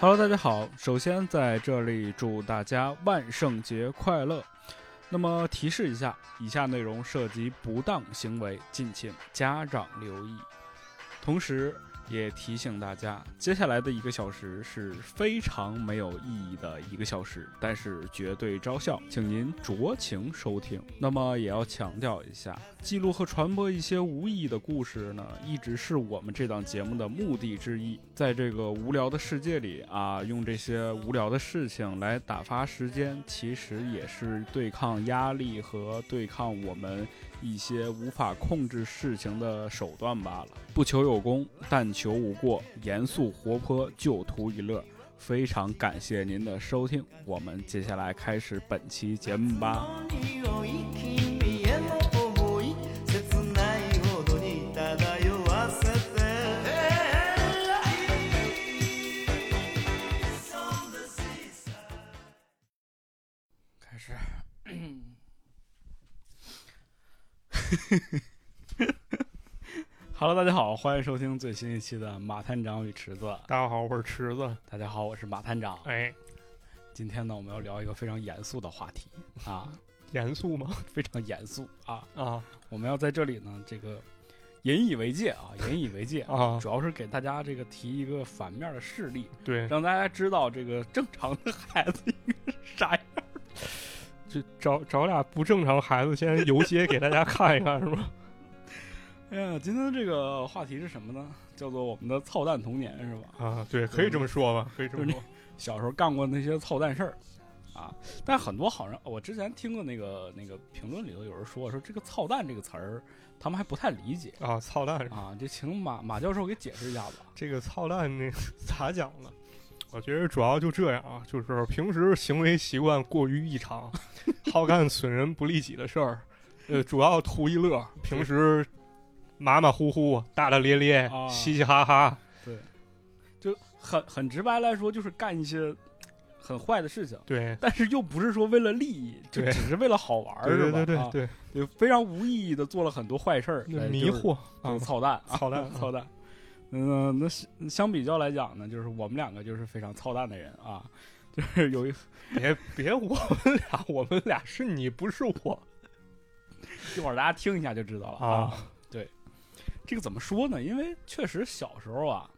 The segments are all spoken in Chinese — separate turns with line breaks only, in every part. Hello，大家好，首先在这里祝大家万圣节快乐。那么提示一下，以下内容涉及不当行为，敬请家长留意。同时，也提醒大家，接下来的一个小时是非常没有意义的一个小时，但是绝对招笑，请您酌情收听。那么也要强调一下，记录和传播一些无意义的故事呢，一直是我们这档节目的目的之一。在这个无聊的世界里啊，用这些无聊的事情来打发时间，其实也是对抗压力和对抗我们一些无法控制事情的手段罢了。不求有功，但求无过。严肃活泼，就图一乐。非常感谢您的收听，我们接下来开始本期节目吧。
匂い君への想い切ないほどに漂わせて
开始。Hello，大家好，欢迎收听最新一期的《马探长与池子》。
大家好，我是池子。
大家好，我是马探长。
哎，
今天呢，我们要聊一个非常严肃的话题啊，
严肃吗？
非常严肃啊。
啊
我们要在这里呢，这个引以为戒啊，引以为戒啊，
啊，
主要是给大家这个提一个反面的事例，
对，
让大家知道这个正常的孩子应该是啥样。
就找找俩不正常孩子先游街给大家看一看，是吧？
哎呀，今天这个话题是什么呢？叫做我们的操蛋童年，是吧？
啊，对，可以这么说吧，可以这么说。
小时候干过那些操蛋事儿，啊，但很多好像我之前听过那个那个评论里头有人说说这个“操蛋”这个词儿，他们还不太理解
啊，操蛋是吧，
啊，就请马马教授给解释一下吧。
这个操蛋那 咋讲呢？我觉得主要就这样啊，就是平时行为习惯过于异 常，好干损人不利己的事儿，呃，主要图一乐。平时马马虎虎、大大咧咧、
啊
嘻嘻哈哈，
对，就很很直白来说，就是干一些很坏的事情，
对，
但是又不是说为了利益，就
对
只是为了好玩儿，
对
是
对
吧？
对对
啊
对，
就非常无意义的做了很多坏事儿，
那
哎
迷，惑
就
啊
是，操蛋，
操蛋
操蛋。嗯，那相相比较来讲呢，就是我们两个就是非常操蛋的人啊， 就是有一
别别我们俩，我们俩是你不是我
一会儿大家听一下就知道了啊。
啊
这个怎么说呢？因为确实小时候啊，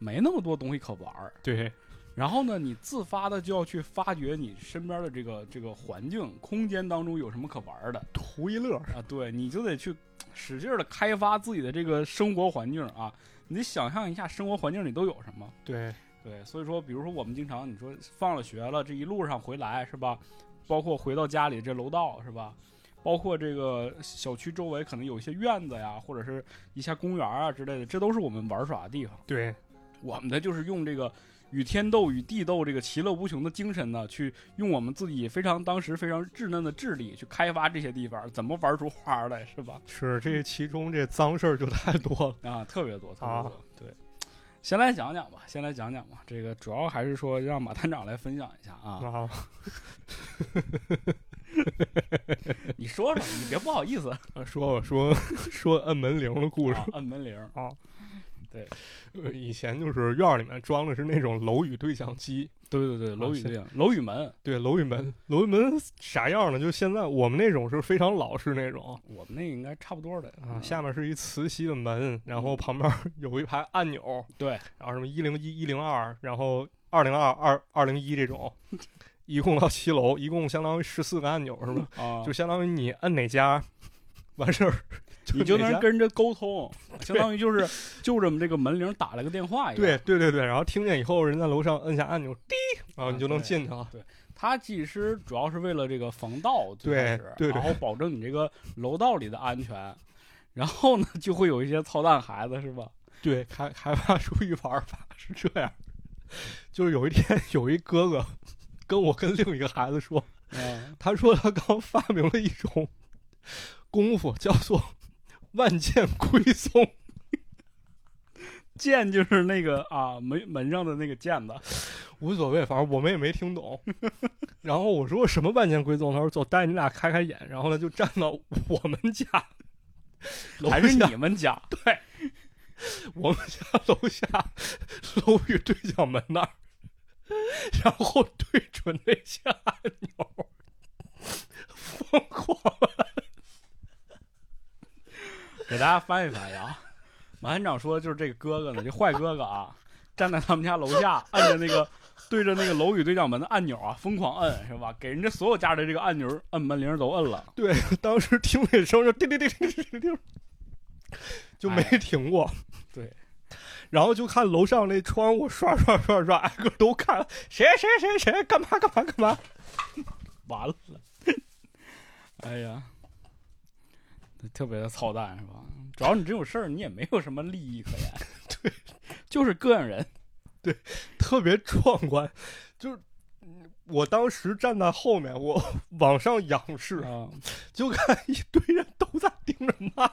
没那么多东西可玩儿。
对
然后呢，你自发的就要去发掘你身边的这个这个环境、空间当中有什么可玩儿的
图一乐，
啊？对，你就得去使劲的开发自己的这个生活环境啊！你得想象一下生活环境里都有什么。
对
对，所以说，比如说我们经常你说放了学了，这一路上回来是吧？包括回到家里这楼道是吧？包括这个小区周围可能有一些院子呀，或者是一些公园啊之类的，这都是我们玩耍的地方。
对
我们的就是用这个与天斗、与地斗这个其乐无穷的精神呢，去用我们自己非常当时非常稚嫩的智力去开发这些地方，怎么玩出花儿来是吧？
是这其中这脏事儿就太多了
啊，特别多，特别
啊
多。对，先来讲讲吧，先来讲讲吧。这个主要还是说让马探长来分享一下啊。
啊！
你说说，你别不好意思。
呃说我说 说摁门铃的故事
啊，按门铃儿
啊，
对
呃，以前就是院儿里面装的是那种楼宇对讲机，
对对对，楼宇
现
对，楼宇门，
对楼宇门，楼宇门啥样呢？就现在我们那种是非常老式那种
我们那应该差不多的
啊，下面是一磁吸的门，然后
嗯
旁边儿有一排按钮，
对，
然啊后什么一零一、一零二，然后二零二、二二零一这种，一共到七楼，一共相当于十四个按钮，是吧？
啊，
就相当于你摁哪家完 事儿，
你就
哪
能
家
跟人家沟通，相当于就是就这么这个门铃打了个电话一样。
对对对对，然后听见以后，人在楼上摁下按钮，滴，然后
啊
你就能
对
进去了。
它其实主要是为了这个防盗，最
对
开始
对对
然后保证你这个楼道里的安全。然后呢，就会有一些操蛋孩子，是吧？
对，开开发出一玩法是这样，就是有一天有一哥哥跟我跟另一个孩子说，
嗯，
他说他刚发明了一种功夫，叫做万箭归宗。
剑就是那个啊门门上的那个毽子，
无所谓，反正我们也没听懂。 然后我说什么万箭归宗，他说走，带你俩开开眼。然后呢，就站到我们家楼
还是
下，
你们家？
我们家楼下楼宇对角门那儿，然后对准那些按钮，疯狂
给大家翻译翻译啊。马院长说，就是这个哥哥呢，这坏哥哥啊，站在他们家楼下，按着那个对着那个楼宇对角门的按钮啊，疯狂摁，是吧？给人家所有家的这个按钮摁门铃都摁了。
对，当时听那声就叮叮叮叮叮叮，就没
哎
停过。
对，
然后就看楼上那窗户刷刷刷刷，挨个都看，谁谁谁谁干嘛干嘛干嘛。
完了， 哎呀，特别的操蛋是吧？主要你这种事儿，你也没有什么利益可言，对，就是膈应人。
特别壮观，就是嗯我当时站在后面，我 往上仰视，
啊，
就看一堆人都在盯着骂。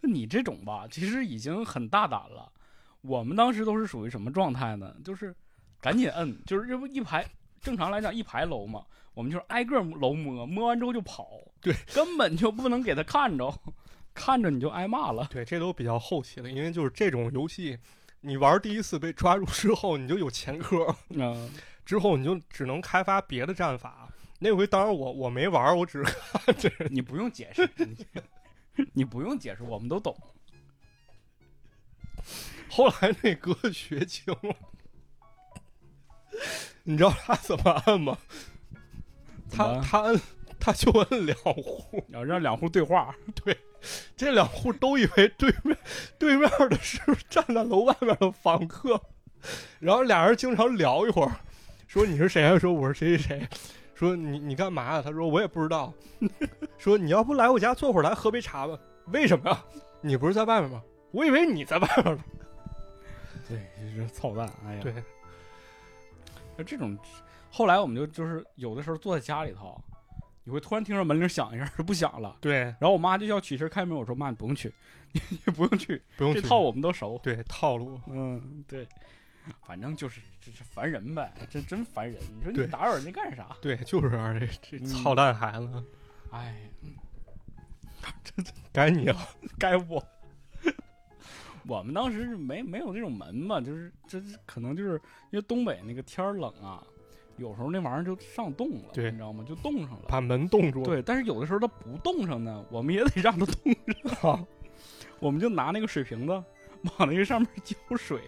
那你这种吧，其实已经很大胆了。我们当时都是属于什么状态呢？就是赶紧摁，就是这不一排，正常来讲一排楼嘛，我们就是挨个楼摸，摸完之后就跑，
对，
根本就不能给他看着，看着你就挨骂了。
对，这都比较后期了，因为就是这种游戏，你玩第一次被抓住之后，你就有前科，
嗯、
之后你就只能开发别的战法。那回当然我我没玩，我只是
你不用解释，你你 不用解释，我们都懂。
后来那哥学精了。你知道他怎么摁吗？
怎
他
么
他摁他就摁两户，
要让两户对话，
这两户都以为对面对面的是站在楼外面的访客，然后俩人经常聊一会儿，说你是谁啊？说我是谁谁谁，说你你干嘛啊？他说我也不知道， 说你要不来我家坐会儿，来喝杯茶吧？为什么呀？你不是在外面吗？我以为你在外面呢。
对，就是操蛋。哎呀，
对，
就这种，后来我们就就是有的时候坐在家里头，你会突然听着门铃响一下，不响了。
对，
然后我妈就要起身开门，我说妈你不用去， 你你不用去，
不用
这
去
套我们都熟。
对套路，
嗯，对，反正就是这是烦人呗，这真烦人。你说
对
你打扰人家干啥？
对，就是啊这
嗯
这操蛋孩子，
哎，
该你了。
该我。 我们当时是没没有那种门嘛，就是这这可能就是因为东北那个天儿冷啊，有时候那玩意儿就上冻了，
对
你知道吗？就冻上了。
把门冻住了，
对，但是有的时候它不冻上呢，我们也得让它冻上。我们就拿那个水瓶子往那个上面浇水，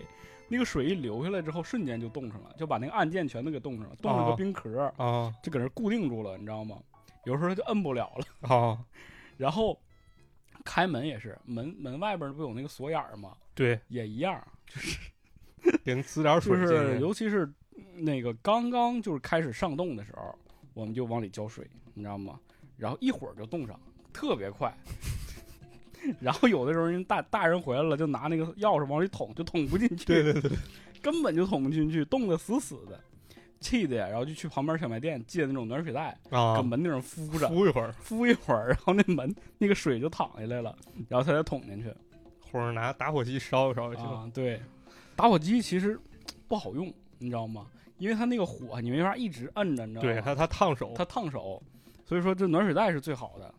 那个水一流下来之后，瞬间就冻上了，就把那个按键全都给冻上了，冻上
哦
个冰壳，
啊
就搁那儿固定住了，你知道吗？有时候它就摁不了了。
啊，
然后开门也是，门门外边儿不有那个锁眼儿吗？
对，
也一样，
给人滋点
就
水啊进去，
是尤其是那个刚刚就是开始上冻的时候，我们就往里浇水，你知道吗？然后一会儿就冻上，特别快。 然后有的时候人大大人回来了，就拿那个钥匙往里捅，就捅不进去，
对对对，
根本就捅不进去，冻得死死的，气的呀。然后就去旁边小卖店借那种暖水袋，
啊
搁，门顶上敷着，
敷一会儿，
敷一会儿，然后那门那个水就淌下来了，然后他才捅进去。
或者拿打火机烧一烧就行。
啊，对，打火机其实不好用，你知道吗？因为它那个火你没法一直摁着，你知道吗？
对，它它烫手。
它烫手，所以说这暖水袋是最好的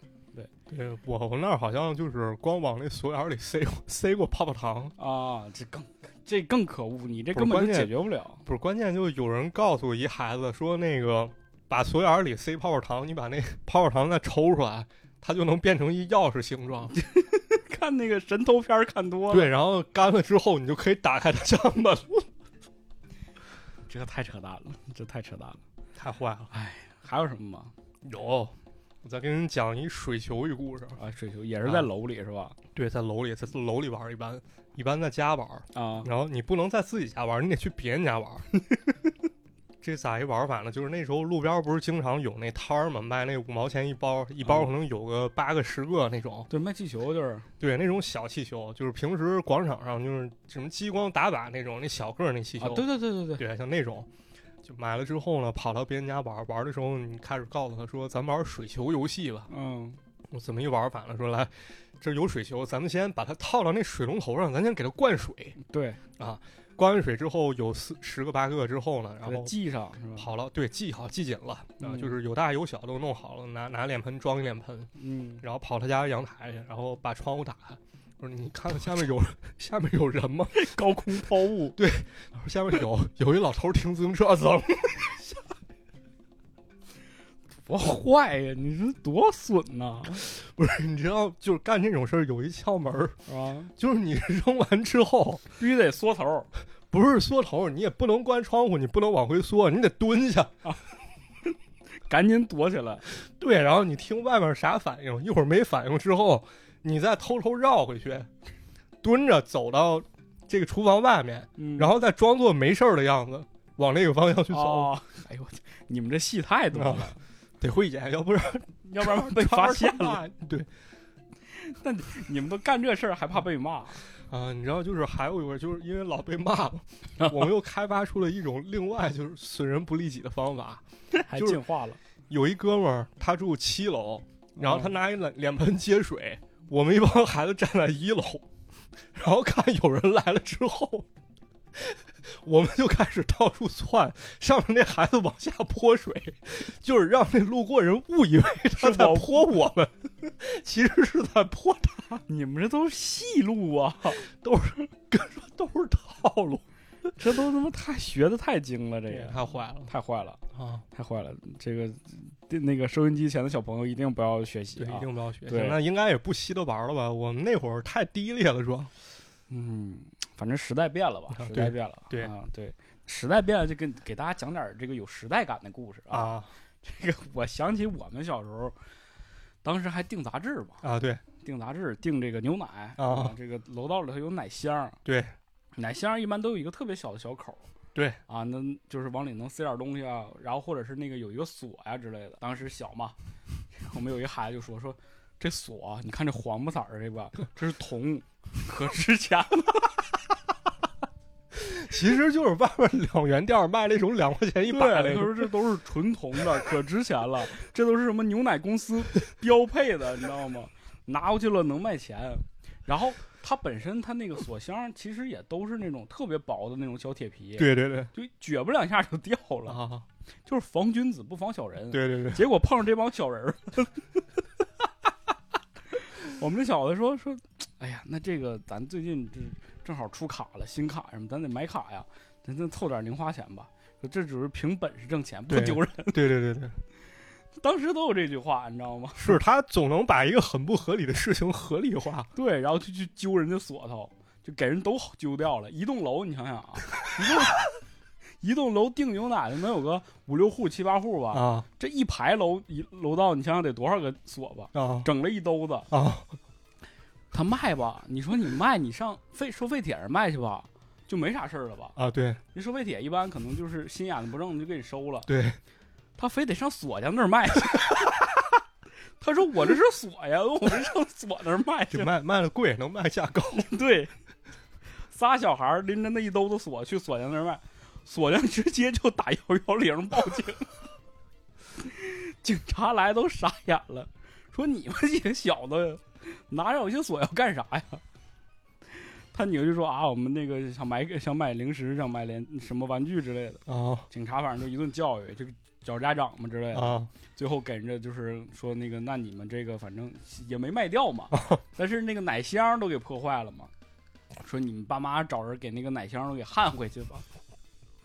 对我我那儿好像就是光往那锁眼里塞过塞过泡泡糖，
啊，这更这更可恶，你这
不是
根本就
关键
解决不 了。
不是关键，就有人告诉一孩子说那个把锁眼里塞泡泡糖，你把那泡泡糖再抽出来，它就能变成一钥匙形状。
看那个神偷片儿看多了，
对，然后干了之后，你就可以打开它家门。
这个太扯淡了，这太扯淡了。
太坏了！
还有什么吗？
有，我再给你讲一水球一故事。
啊，水球也是在
啊
楼里、是吧？
对，在楼里，在楼里玩儿一般一般在家玩儿，
啊，
然后你不能在自己家玩，你得去别人家玩。 这咋一玩法呢？就是那时候路边不是经常有那摊儿嘛，卖那五毛钱一包，一包
嗯
可能有个八个十个那种。
对，卖气球就是
对，那种小气球，就是平时广场上就是什么激光打靶那种，那小个儿那气球。
啊，对对对对对，
对像那种，就买了之后呢，跑到别人家玩，玩的时候你开始告诉他说，咱玩水球游戏吧。
嗯，
我怎么一玩反了？说来，这有水球，咱们先把它套到那水龙头上，咱先给它灌水。
对，
灌完水之后有四十个八个之后呢，然
给它
后
系上是吧？
好了，对，系好系紧了啊，
嗯
就是有大有小都弄好了，拿拿脸盆装一脸盆，
嗯，
然后跑他家阳台去，然后把窗户打开，我说你看下面有 下面有人吗？
高空抛物，
我说下面有有一老头停自行车，走。
多坏呀！你这多损呐、
不是， 你知道，就是干这种事儿有一窍门儿，
是吧？
就是你 扔完之后，
必须得缩头，
不是缩头，你也不能关窗户，你不能往回缩，你得蹲下。
赶紧躲起来。
对，然后你听外面啥反应，一会儿没反应之后，你再偷偷绕回去，蹲着走到这个厨房外面，
嗯
然后再装作没事儿的样子，往那个方向去走。
哦，哎呦我去，你们这戏太多了，
啊得会演，要不然
要不 然被发现了。。
对
那你你们都干这事儿还怕被骂？
啊、你知道，就是还有一个，就是因为老被骂 嘛，我们又开发出了一种另外就是损人不利己的方法。
还
就是
进化了。
有一哥们儿，他住七楼，然后他
哦
拿一脸脸盆接水，我们一帮孩子站在一楼，然后看有人来了之后，我们就开始到处窜，上面那孩子往下泼水，就是让那路过人误以为他
是
在
我
泼我们，其实是在泼他，
啊你们这都是戏路啊，
都是套路。
这都他妈太学的太精了，这个
太坏了
太坏了，
啊！
太坏了。这个这那个收音机前的小朋友一定不要学习
对，
啊
一！定不要学习。
对
那应该也不稀得玩了吧？我们那会儿太低劣了，主要。
嗯，反正时代变了吧，
啊
时
对
代变了，
对
啊，对，时代变了，就跟给大家讲点儿这个有时代感的故事啊。
啊
这个我想起我们小时候，当时还订杂志嘛，
啊，对
订杂志订这个牛奶
啊
这个楼道里头有奶箱，
对，
奶箱一般都有一个特别小的小口儿，
对
啊，那就是往里能塞点东西啊，然后或者是那个有一个锁呀、之类的。当时小嘛， 我们有一孩子就说说这锁啊、你看这黄不色儿这个，这是铜，可 值钱了。
其实就是外面两元店儿卖那种两块钱 一把那
他
种。
说这都是纯铜的，可值钱了，这都是什么牛奶公司标配的，你知道吗？拿过去了能卖钱，然后它本身它那个锁箱其实也都是那种特别薄的那种小铁皮，，
对对对，
就撅不两下就掉了，
啊，
就是防君子不防小人，，
对对对，
结果碰上这帮小人儿，我们这小子说说，哎呀，那这个咱最近这正好出卡了，新卡什么，咱得买卡呀，咱咱凑点零花钱吧。说这只是凭本事挣钱，不
对
丢人。
对对对对，
当时都有这句话，你知道吗？
是他总能把一个很不合理的事情合理化。
对，然后就去揪人家锁头，就给人都揪掉了。一栋楼，你想想啊，一栋一栋楼订牛奶的能有个五六户、七八户吧？
啊
这一排楼一楼道，你想想得多少个锁吧？
啊
整了一兜子，
啊！
他卖吧？你说你卖，你上废收废铁上卖去吧，就没啥事儿了吧？
啊，对
人收废铁一般可能就是心眼子不正就给你收了，
对，
他非得上锁家那儿卖去。 他说：“我这是锁呀，我这上锁那儿卖去
就。卖卖的贵，能卖价高。”
对，仨小孩儿拎着那一兜子锁去锁匠那儿卖，锁匠直接就打幺幺零报警， 警察来都傻眼了，说你们几个小子拿着我些锁要干啥呀？他女儿就说啊，我们那个想买想买零食，想买连什么玩具之类的。
啊
警察反正就一顿教育，就找家长嘛之类的。
啊
最后给人家就是说那个，那你们这个反正也没卖掉 嘛，但是那个奶箱都给破坏了嘛，说你们爸妈找人给那个奶箱都给焊回去吧。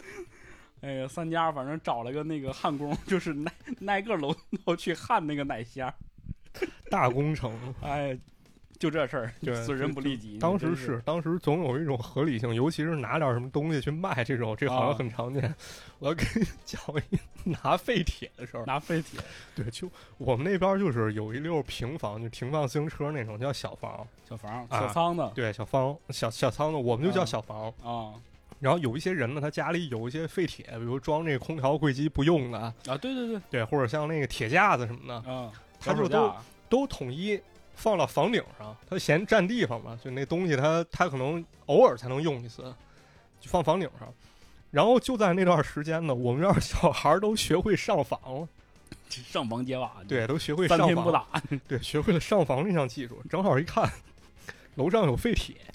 哎呀，三家反正找了个那个焊工，就是挨挨个楼 道去焊那个奶箱。
大工程。
哎，就这事儿，
对
损人不利己。
当时
真
是，当时总有一种合理性，尤其是拿点什么东西去卖这种，这好
啊
像很常见。 我要跟你讲一拿废铁的事儿。
拿废铁
对，就我们那边就是有一溜平房，就停放自行车那种，叫小房。
小房、
啊
小仓的
对，小方小小仓子，我们就叫
啊
小房。
啊
然后有一些人呢，他家里有一些废铁，比如装这个空调柜机不用的，
啊，对对对，
对，或者像那个铁架子什么的，
嗯，
他
脚手
就
架
都都统一放到房顶上，他嫌占地方嘛，就那东西他他可能偶尔才能用一次，就放房顶上。然后就在那段时间呢，我们这儿小孩儿都学会上房了，
上房揭瓦，，
对，都学会
三
上
天
房
不打，
对，学会了上房这项技术。正好一看，楼上有废铁，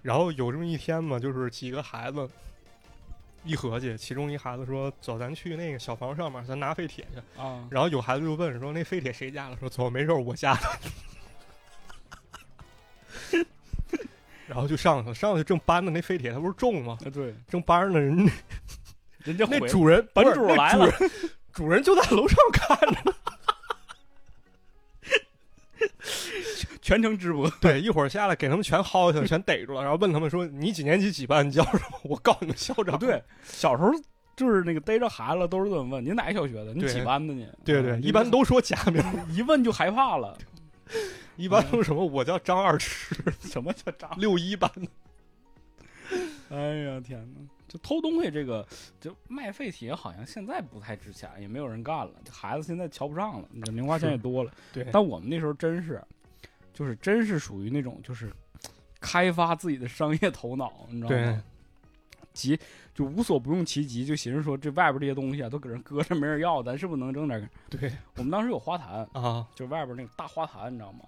然后有这么一天嘛，就是几个孩子一合计，其中一孩子说：“走，咱去那个小房上面，咱拿废铁去。
啊”，
然后有孩子就问说：“那废铁谁家的？”说：“走，没事儿，我家的。”然后就上去了，上去正搬呢，那飞铁它不是重吗？
啊，对，
正搬着呢，人家
人家
那
回
主人
本
不是
主
那
来了
主人，主人就在楼上看着。
全程直播，
对，一会儿下来给他们全薅下去，全逮住了，然后问他们说：“你几年级几班？你叫什么？我告你们校
不
长。”
对，小时候就是那个逮着孩子了都是这么问，您哪个小学的？你
对
几班的你？
对对，
嗯
一般都说假名，
一问就害怕了，
一般都是什么我叫张二痴，
什么叫渣？
六一班的。
哎呀天哪！就偷东西这个，就卖废铁，好像现在不太值钱，也没有人干了。这孩子现在瞧不上了，你这零花钱也
是
多了。
对
但我们那时候真是，就是真是属于那种就是开发自己的商业头脑，你知道
对
吗？急就无所不用其极，就寻思说这外边这些东西啊，都给人搁着没人要，咱是不是能整点儿？
对
我们当时有花坛，
啊，
就外边那个大花坛，你知道吗？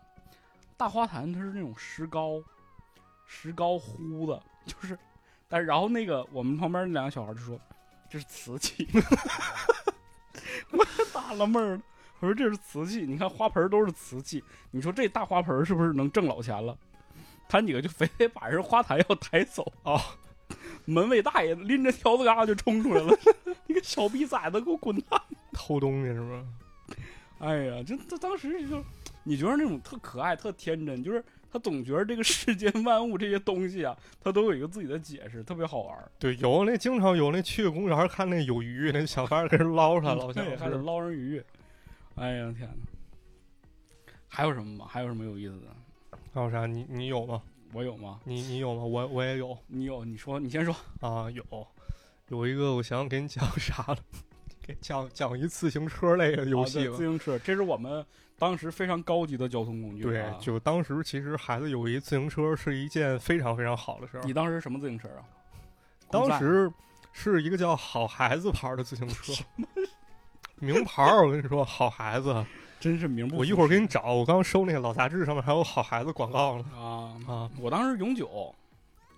大花坛它是那种石膏，石膏糊的，就是，但是然后那个我们旁边那两个小孩就说这是瓷器，我打了闷儿了，我说这是瓷器，你看花盆都是瓷器，你说这大花盆是不是能挣老钱了？他几个就非得把人花坛要抬走啊
哦，
门卫大爷拎着条子嘎就冲出来了， 你个小逼崽子，给我滚蛋！
偷东西是吗？
哎呀，这这当时就，你觉得那种特可爱、特天真，就是他总觉得这个世间万物这些东西啊，他都有一个自己的解释，特别好玩儿。
对，有那经常有那去公园看那有鱼，那想法给人捞上来，好像
对，还
是
得捞人鱼。哎呀，天哪！还有什么吗？还有什么有意思的？
还有啥？你你有吗？
我有吗？
你你有吗？我我也有
你有？你说，你先说。
啊，有有一个，我想给你讲啥了？给讲讲一自行车类的游戏
啊对
吧
自。行车，这是我们当时非常高级的交通工具、
对
啊。，
就当时其实孩子有一自行车是一件非常非常好的事儿。
你当时什么自行车啊？
当时是一个叫“好孩子”牌的自行车，名牌儿。我跟你说，好孩子，
真是名不
我
副
一会儿给
实
你找。我刚收那个老杂志上面还有“好孩子”广告呢。
啊。
啊，
我当时永久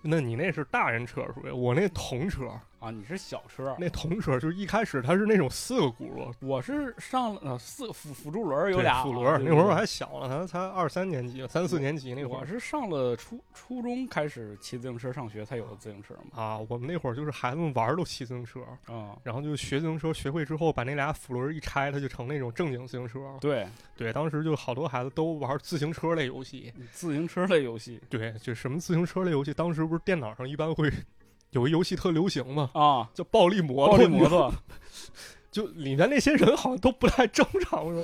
那你那是大人车属于，我那童车，
啊，你是小车，
那童车就是一开始它是那种四个轱辘，
我是上了呃四辅辅助轮儿有
对
俩啊
辅轮儿，
对
那
对
会儿
对嗯
我还小了，才才二三年级、三四年级那会
我
儿
是上了初初中开始骑自行车上学才有的自行车嘛
啊，我们那会儿就是孩子们玩儿都骑自行车，
啊、
然后就学自行车，学会之后把那俩辅轮儿一拆，它就成那种正经自行车了。
对
对，当时就好多孩子都玩自行车类游戏。
自行车类游戏
对，就什么自行车类游戏，当时不是电脑上一般会有一游戏特流行吗？
啊，
叫暴力摩
暴
托，
力摩
你知道，
托，
就里面那些人好像都不太正常。我说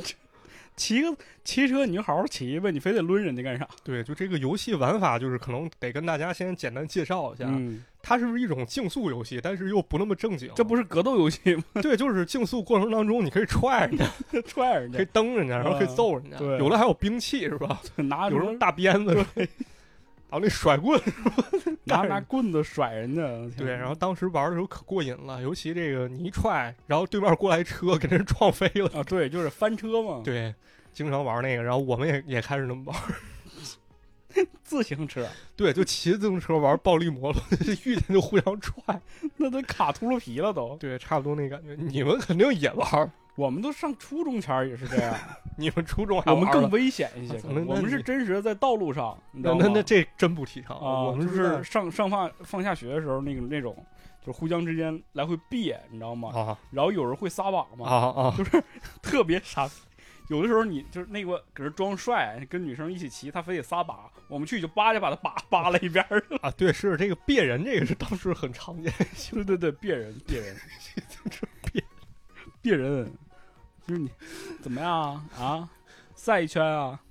骑个骑车你就好好骑呗，你非得抡人家干啥？
对，就这个游戏玩法，就是可能得跟大家先简单介绍一下，
嗯，
它是一种竞速游戏，但是又不那么正经。
这不是格斗游戏吗？
对，就是竞速过程当中，你可以踹人家，
踹人
可以
家，
蹬人家，然后可以揍人家。
对
有的还有兵器是吧？
拿
有什
什
么
么
大鞭子，还有那甩棍。
拿
干
拿棍子甩人家？我的天
对，然后当时玩的时候可过瘾了，尤其这个你一踹，然后对面过来一车给人撞飞了。
啊，对，就是翻车嘛，
对，经常玩那个，然后我们也也开始那么玩。
自行车
对，就骑自行车玩暴力摩托， 遇见就互相踹。
那都卡秃噜皮了都。
对，差不多那感觉。你们肯定也玩，
我们都上初中前儿也是这样，
你们初 中还
我
玩
们更
了
危险一些
啊，
可
那
能我
那
们是
你
真实的在道路上，你知
那
道
那
吗
那这真不提倡。
啊，
我们
就是是上上放放下学的时候那种那种，就是互相之间来回别，你知道吗？
啊
然后有人会撒网
啊
嘛，
啊！
特别傻逼。有的时候你就是那个搁那装帅，跟女生一起骑，他非得撒把，我们去就叭就把他 扒扒了一边儿。
啊，对，是这个别人，这个是当时很常 见。
对对对，别 人别人，别别人，就是你怎么样啊？啊赛一圈啊，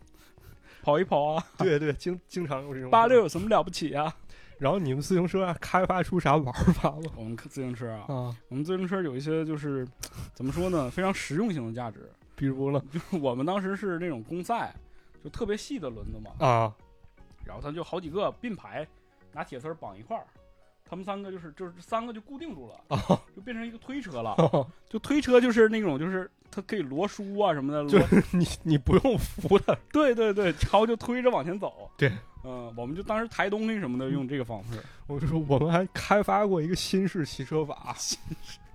跑一跑啊，
对对，经经常有这种
八六。有什么了不起啊？
然后你们自行车还啊开发出啥玩法了？
我们自行 车啊，
啊，
我们自行车有一些就是怎么说呢，非常实用性的价值。
比如了
我们当时是那种公赛，就特别细的轮子嘛，
啊，
然后它就好几个并排，拿铁丝儿绑一块儿，他们三个就是就是三个就固定住了，
啊
就变成一个推车了。
啊
就推车就是那种就是它可以摞书啊什么的，摞
就你你不用扶他，
对对对，然后就推着往前走。
对，
嗯，我们就当时抬东西什么的用这个方 式，
我就说我们还开发过一个新式骑车法，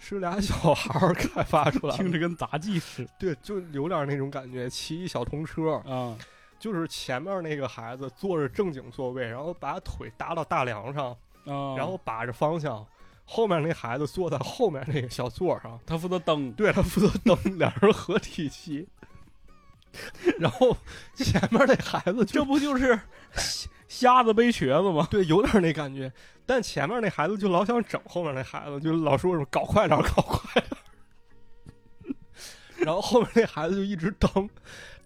是俩小孩儿开发出 来
听着
的，
跟杂技似
对，就有点那种感觉，骑一小童车，
的啊
就是前面那个孩子坐着正经座位，然后把腿搭到大梁上，
啊，
然后把着方向。后面那孩子坐在后面那个小座上，
他负责蹬，
对他负责蹬，俩人合体骑。然后前面那孩子就
这不就是瞎瞎子背瘸子吗？
对，有点那感觉。但前面那孩子就老想整后面那孩子，就老说什么“搞快点儿，搞快点儿”。然后后面那孩子就一直蹬，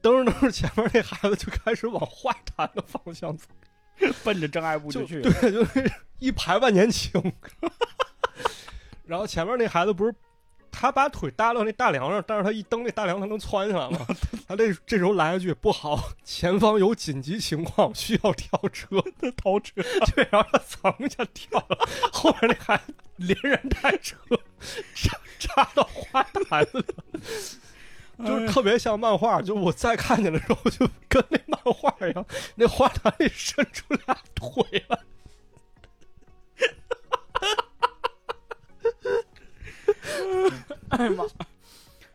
蹬着蹬着，前面那孩子就开始往坏弹的方向走，
奔着障碍物
就
去。
对， 就是一排万年青。 然后前面那孩子不是他把腿搭到那大梁上，但是他一蹬那大梁，他能窜下来吗？ 他这这时候来一句：“不好，前方有紧急情况，需要跳车。”
他逃车，
对，然后他噌一下跳了，后面那孩子连人带车扎扎到花坛里了，
哎
就是特别像漫画。就我再看见的时候，就跟那漫画一样，那花坛里伸出俩腿来。
哎呀妈！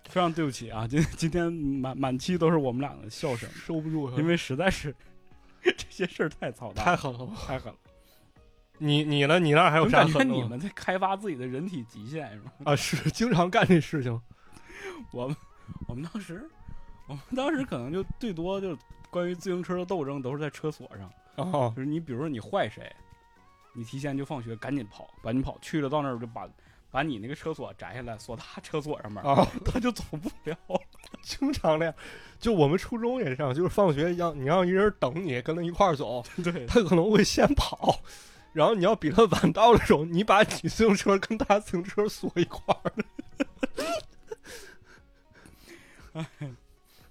非常对不起啊，今今天满满期都是我们俩的笑声，
收不住
因为实在是 这些事儿太操蛋了，
太狠了吧！
太狠了。
你你呢？你那儿还有
我
啥
感
狠
觉
的
你
吗
们在开发自己的人体极限是吗？
啊？是经常干这事情，
我们 我们当时我们当时可能就最多就是关于自行车的斗争都是在车锁上，
哦
就是你比如说你坏谁，你提前就放学赶紧跑，赶紧跑去了到那儿就把把你那个车锁摘下来锁他车锁上面，
啊，
他就走不了。
经常那样。就我们初中也是这样，就是放学让你让一人等你，跟他一块儿走，
对，
他可能会先跑， 然后你要比他晚到的时候，你把你自行车跟他自行车锁一块儿。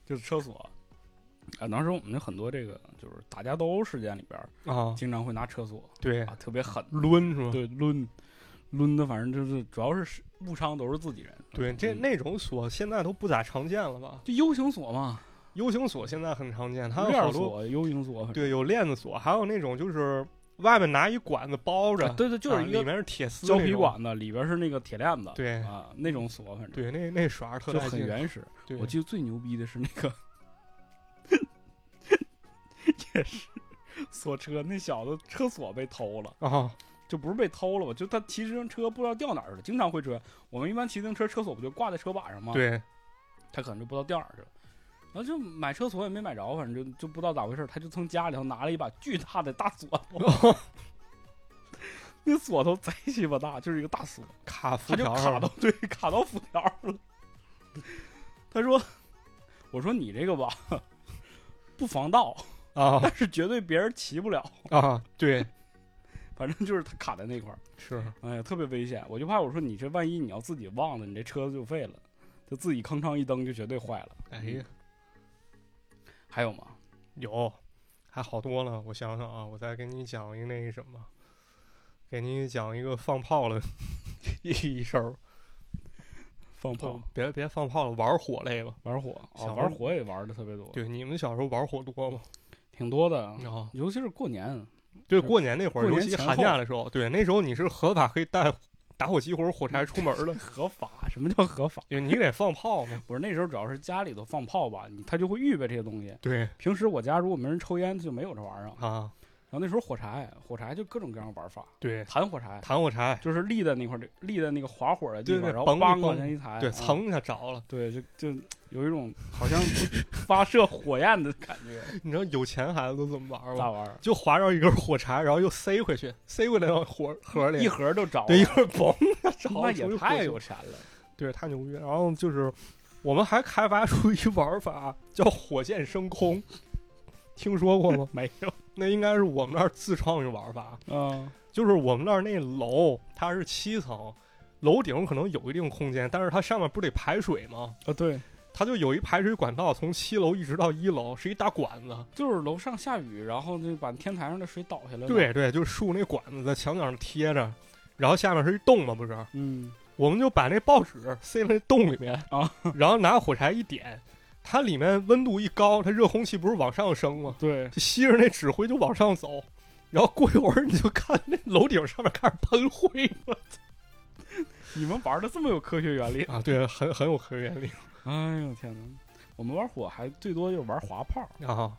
就是车锁。啊，当时我们很多这个就是打架斗殴事件里边儿，
啊，
经常会拿车锁
对，
啊，特别狠，
抡是吗？
哦对，抡抡的，反正就是主要是误伤都是自己人。
对，这
嗯
那种锁现在都不咋常见了吧
就 U 型锁嘛，
？U 型锁现在很常见，它有
链
好
儿
多，
锁、U 型锁，反正
对，有链子锁，还有那种就是外面拿一管子包着，
啊对对，就
啊
是一
里
个
面是铁丝
胶
那
皮
种，
管子，里边是那个铁链子，
对
啊，那种锁，反正
对，那那耍着特
就
带
很
劲。
原始。
对
我记得最牛逼的是那 个，也是锁车，那小子车锁被偷了。
啊，
就不是被偷了吧？就他骑自行车不知道掉哪儿去了，经常会追。我们一般骑自行车车锁不就挂在车把上吗？，
对，
他可能就不知道掉哪儿去了。然后就买车锁也没买着，反正就就不知道咋回事儿。他就从家里头拿了一把巨大的大锁 头，那锁头贼鸡巴大，就是一个大锁，
卡
他
辐
就
条
卡到
上，
对卡到辐条儿了。他说：“我说你这个吧， 不防盗，
啊
但是绝对别人骑不了。
啊，对，
反正就是他卡在那块儿。”
是
哎呀，特别危险！我就怕我说你这万一你要自己忘了，你这车就废了，就自己吭哧一蹬就绝对坏了。
哎呀，
还有吗？
有，还好多了。我想想啊，我再给你讲一那什么，给你讲一个放炮了 一事儿。
放炮、
别别放炮了，玩火类了。
玩火啊、
哦小时候
玩火也玩的特别多，
对，你们小时候玩火多吗？
挺多的，
啊，
尤其是过年。
对，过年那会儿，
嗯过
尤
年
其
前
寒
后，
假的时候，对，那时候你是合法可以带打火机或者火柴出门的
合法？什么叫合法？
对，你得放炮嘛。
不是那时候主要是家里头放炮吧，你他就会预备这些东西。
对
平时我家如果没人抽烟，就没有这玩意儿。
啊，
然后那时候火柴，火柴就各种各样玩法，
对，
弹火柴
弹火柴，
就是立在那块儿，立在那个划火的地方，
对对
然后
嘣一
梆
嘣
往前一弹，
对，
啊
噌一下着了。
对，就就有一种好像发射火焰的感觉。
你知道有钱孩子都怎么玩吗
咋？玩儿？
就划着一根火柴，然后又塞回去，塞回来到火盒里
一，盒都着了，
对，一会儿嘣，
那也太有
潮，
钱了。？
对，太牛逼了。然后就是我们还开发出一玩法叫火箭升空，听说过吗
没有，
那应该是我们那儿自创一玩法，
嗯，
就是我们那儿那楼它是七层，楼顶可能有一定空间，但是它上面不得排水吗？
啊，对，
它就有一排水管道，从七楼一直到一楼，是一大管子。
就是楼上下雨，然后就把天台上的水倒下来了。，
对对，就是竖那管子在墙角上贴着，然后下面是一洞嘛，不是？
嗯，
我们就把那报纸塞那洞里面
啊，
然后拿火柴一点，它里面温度一高，它热空气不是往上升吗？
对，
就吸着那纸灰就往上走，然后过一会儿你就看那楼顶上面开始喷灰了
你们玩的这么有科学原理。
啊！对，很很有科学原理
哎呦天哪！我们玩火还最多就是玩滑炮，
啊。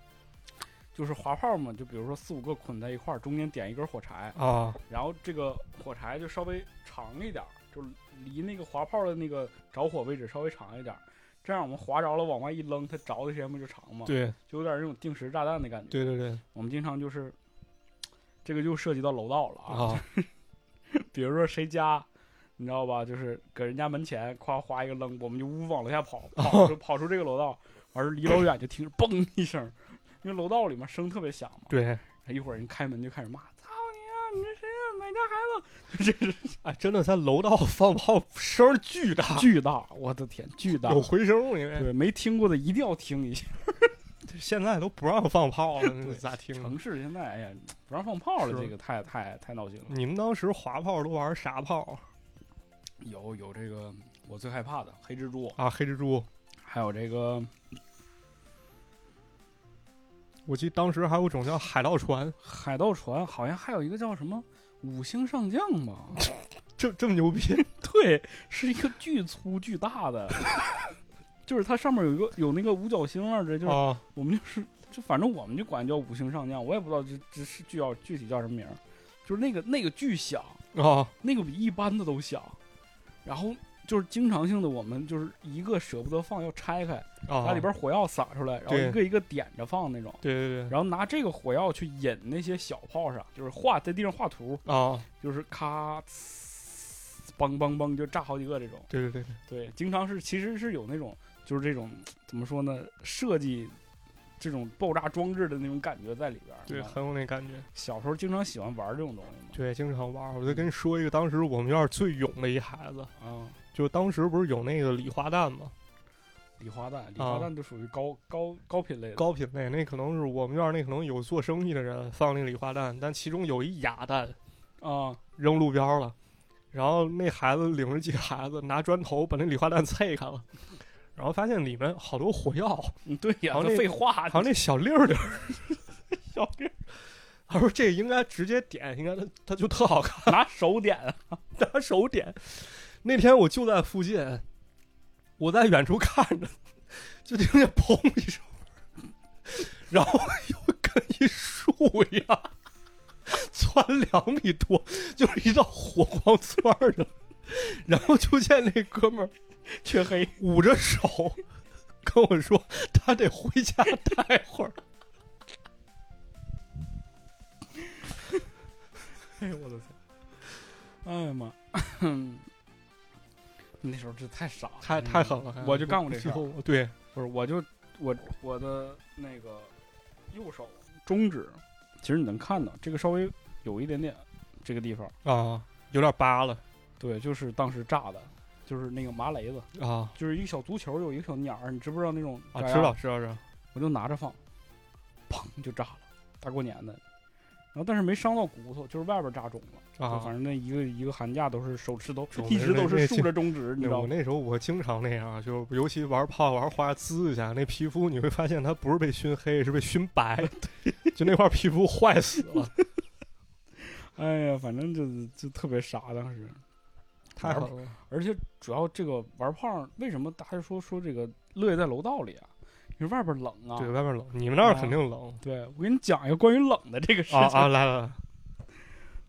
就是滑炮嘛，就比如说四五个捆在一块儿，中间点一根火柴，
啊，
然后这个火柴就稍微长一点儿，就离那个滑炮的那个着火位置稍微长一点儿，这样我们划着了往外一扔，它着的时间不就长吗？，
对
就有点那种定时炸弹的感觉。
对对对
我们经常就是，这个就涉及到楼道了啊，
啊，
比如说谁家。你知道吧？就是搁人家门前，夸划一个扔，我们就呜往楼下跑， 跑出跑出这个楼道，完事儿离老远就听着嘣一声，因为楼道里面声特别响嘛。
对，
一会儿人开门就开始骂：“操你啊！你这谁呀、哪家孩子？” 这是
哎，真的在楼道放炮声儿巨大，
巨大，我的天，巨大！
有回声儿，因为
对，没听过的一定要听一下。
现在都不让放炮了，那
对
咋听啊？
城市现在，哎呀，不让放炮了，
是嗯
这个太太太闹心了。
你们当时滑炮都玩啥炮
有有这个我最害怕的黑蜘蛛，
啊？黑蜘蛛，
还有这个
我记得当时还有一种叫海盗船，
海盗船，好像还有一个叫什么五星上将吧？
这这么 牛逼
对，是一个巨粗巨大的， 就是它上面有一个有那个五角星啊，这就是
啊！
我们就是，就反正我们就管叫五星上将，我也不知道这这是具要具体叫什么名儿，就是那个那个巨响，
啊，
那个比一般的都响，然后就是经常性的我们就是一个舍不得放，要拆开，
啊，
把里边火药撒出来，然后
对
一个一个点着放那种，
对对对
然后拿这个火药去引那些小炮上，就是画在地上画图，
啊，
就是咔。呲梆梆梆就炸好几个这种，
对对对对
对，经常是其实是有那种就是这种怎么说呢，设计这种爆炸装置的那种感觉在里边儿。
对，
啊
很有那感觉。
小时候经常喜欢玩这种东西嘛。
对，经常玩儿。我再跟你说一个，当时我们院儿最勇的一孩子，
啊，
就当时不是有那个礼花弹吗？
礼花弹，礼花
啊
弹就属于高高高品类的。
高品类，那可能是我们院儿那可能有做生意的人放那礼花弹，但其中有一哑弹
啊，
扔路边儿了，然后那孩子领着几个孩子拿砖头把那礼花弹碎开了，然后发现里面好多火药，
嗯对呀，
好像
这
那
废话，
还有那小粒儿 粒儿，
小兵儿
他说这应该直接点，应该它它就特好 看，
拿手点啊，
拿手点。那天我就在附近，我在远处看着，就听见砰一声，然后又跟一树一样窜两米多，就是一道火光窜儿的。然后就见那 哥们儿
缺黑。
捂着手跟我说，他得回家待会儿。
哎呦我的天！哎呀妈！ 那时候这太傻了，
太
嗯
太狠了，
我就干过这事
最
儿。
后对，
不是，我就我我的那个右手中指，其实你能看到这个稍微有一点点这个地方，
啊，有点扒了
对，就是当时炸的，就是那个麻雷子，
啊
就是一个小足球有一个小鸟儿，你知不知道那种？
啊，知道，知道知道
我就拿着放，砰就炸了，大过年的，然后但是没伤到骨头，就是外边炸肿了，就反
啊。
正那一个一个寒假都是手持都
肿
一
的
直
那
都是
那
竖
劲
着中指，你知
那
道
我
吗？
那时候我经常那样，就是尤其玩炮玩花滋一下，那皮肤你会发现它不是被熏黑，是被熏 白，就那块皮肤坏死了，
哎呀，反正就就特别傻，当时。
太狠
玩
了
而且主要这个玩炮，为什么大家说说这个乐意在楼道里啊？因为外边冷啊。
对，外面冷，你们那儿肯定冷
对我给你讲一个关于冷的这个事情。
啊啊！来来来，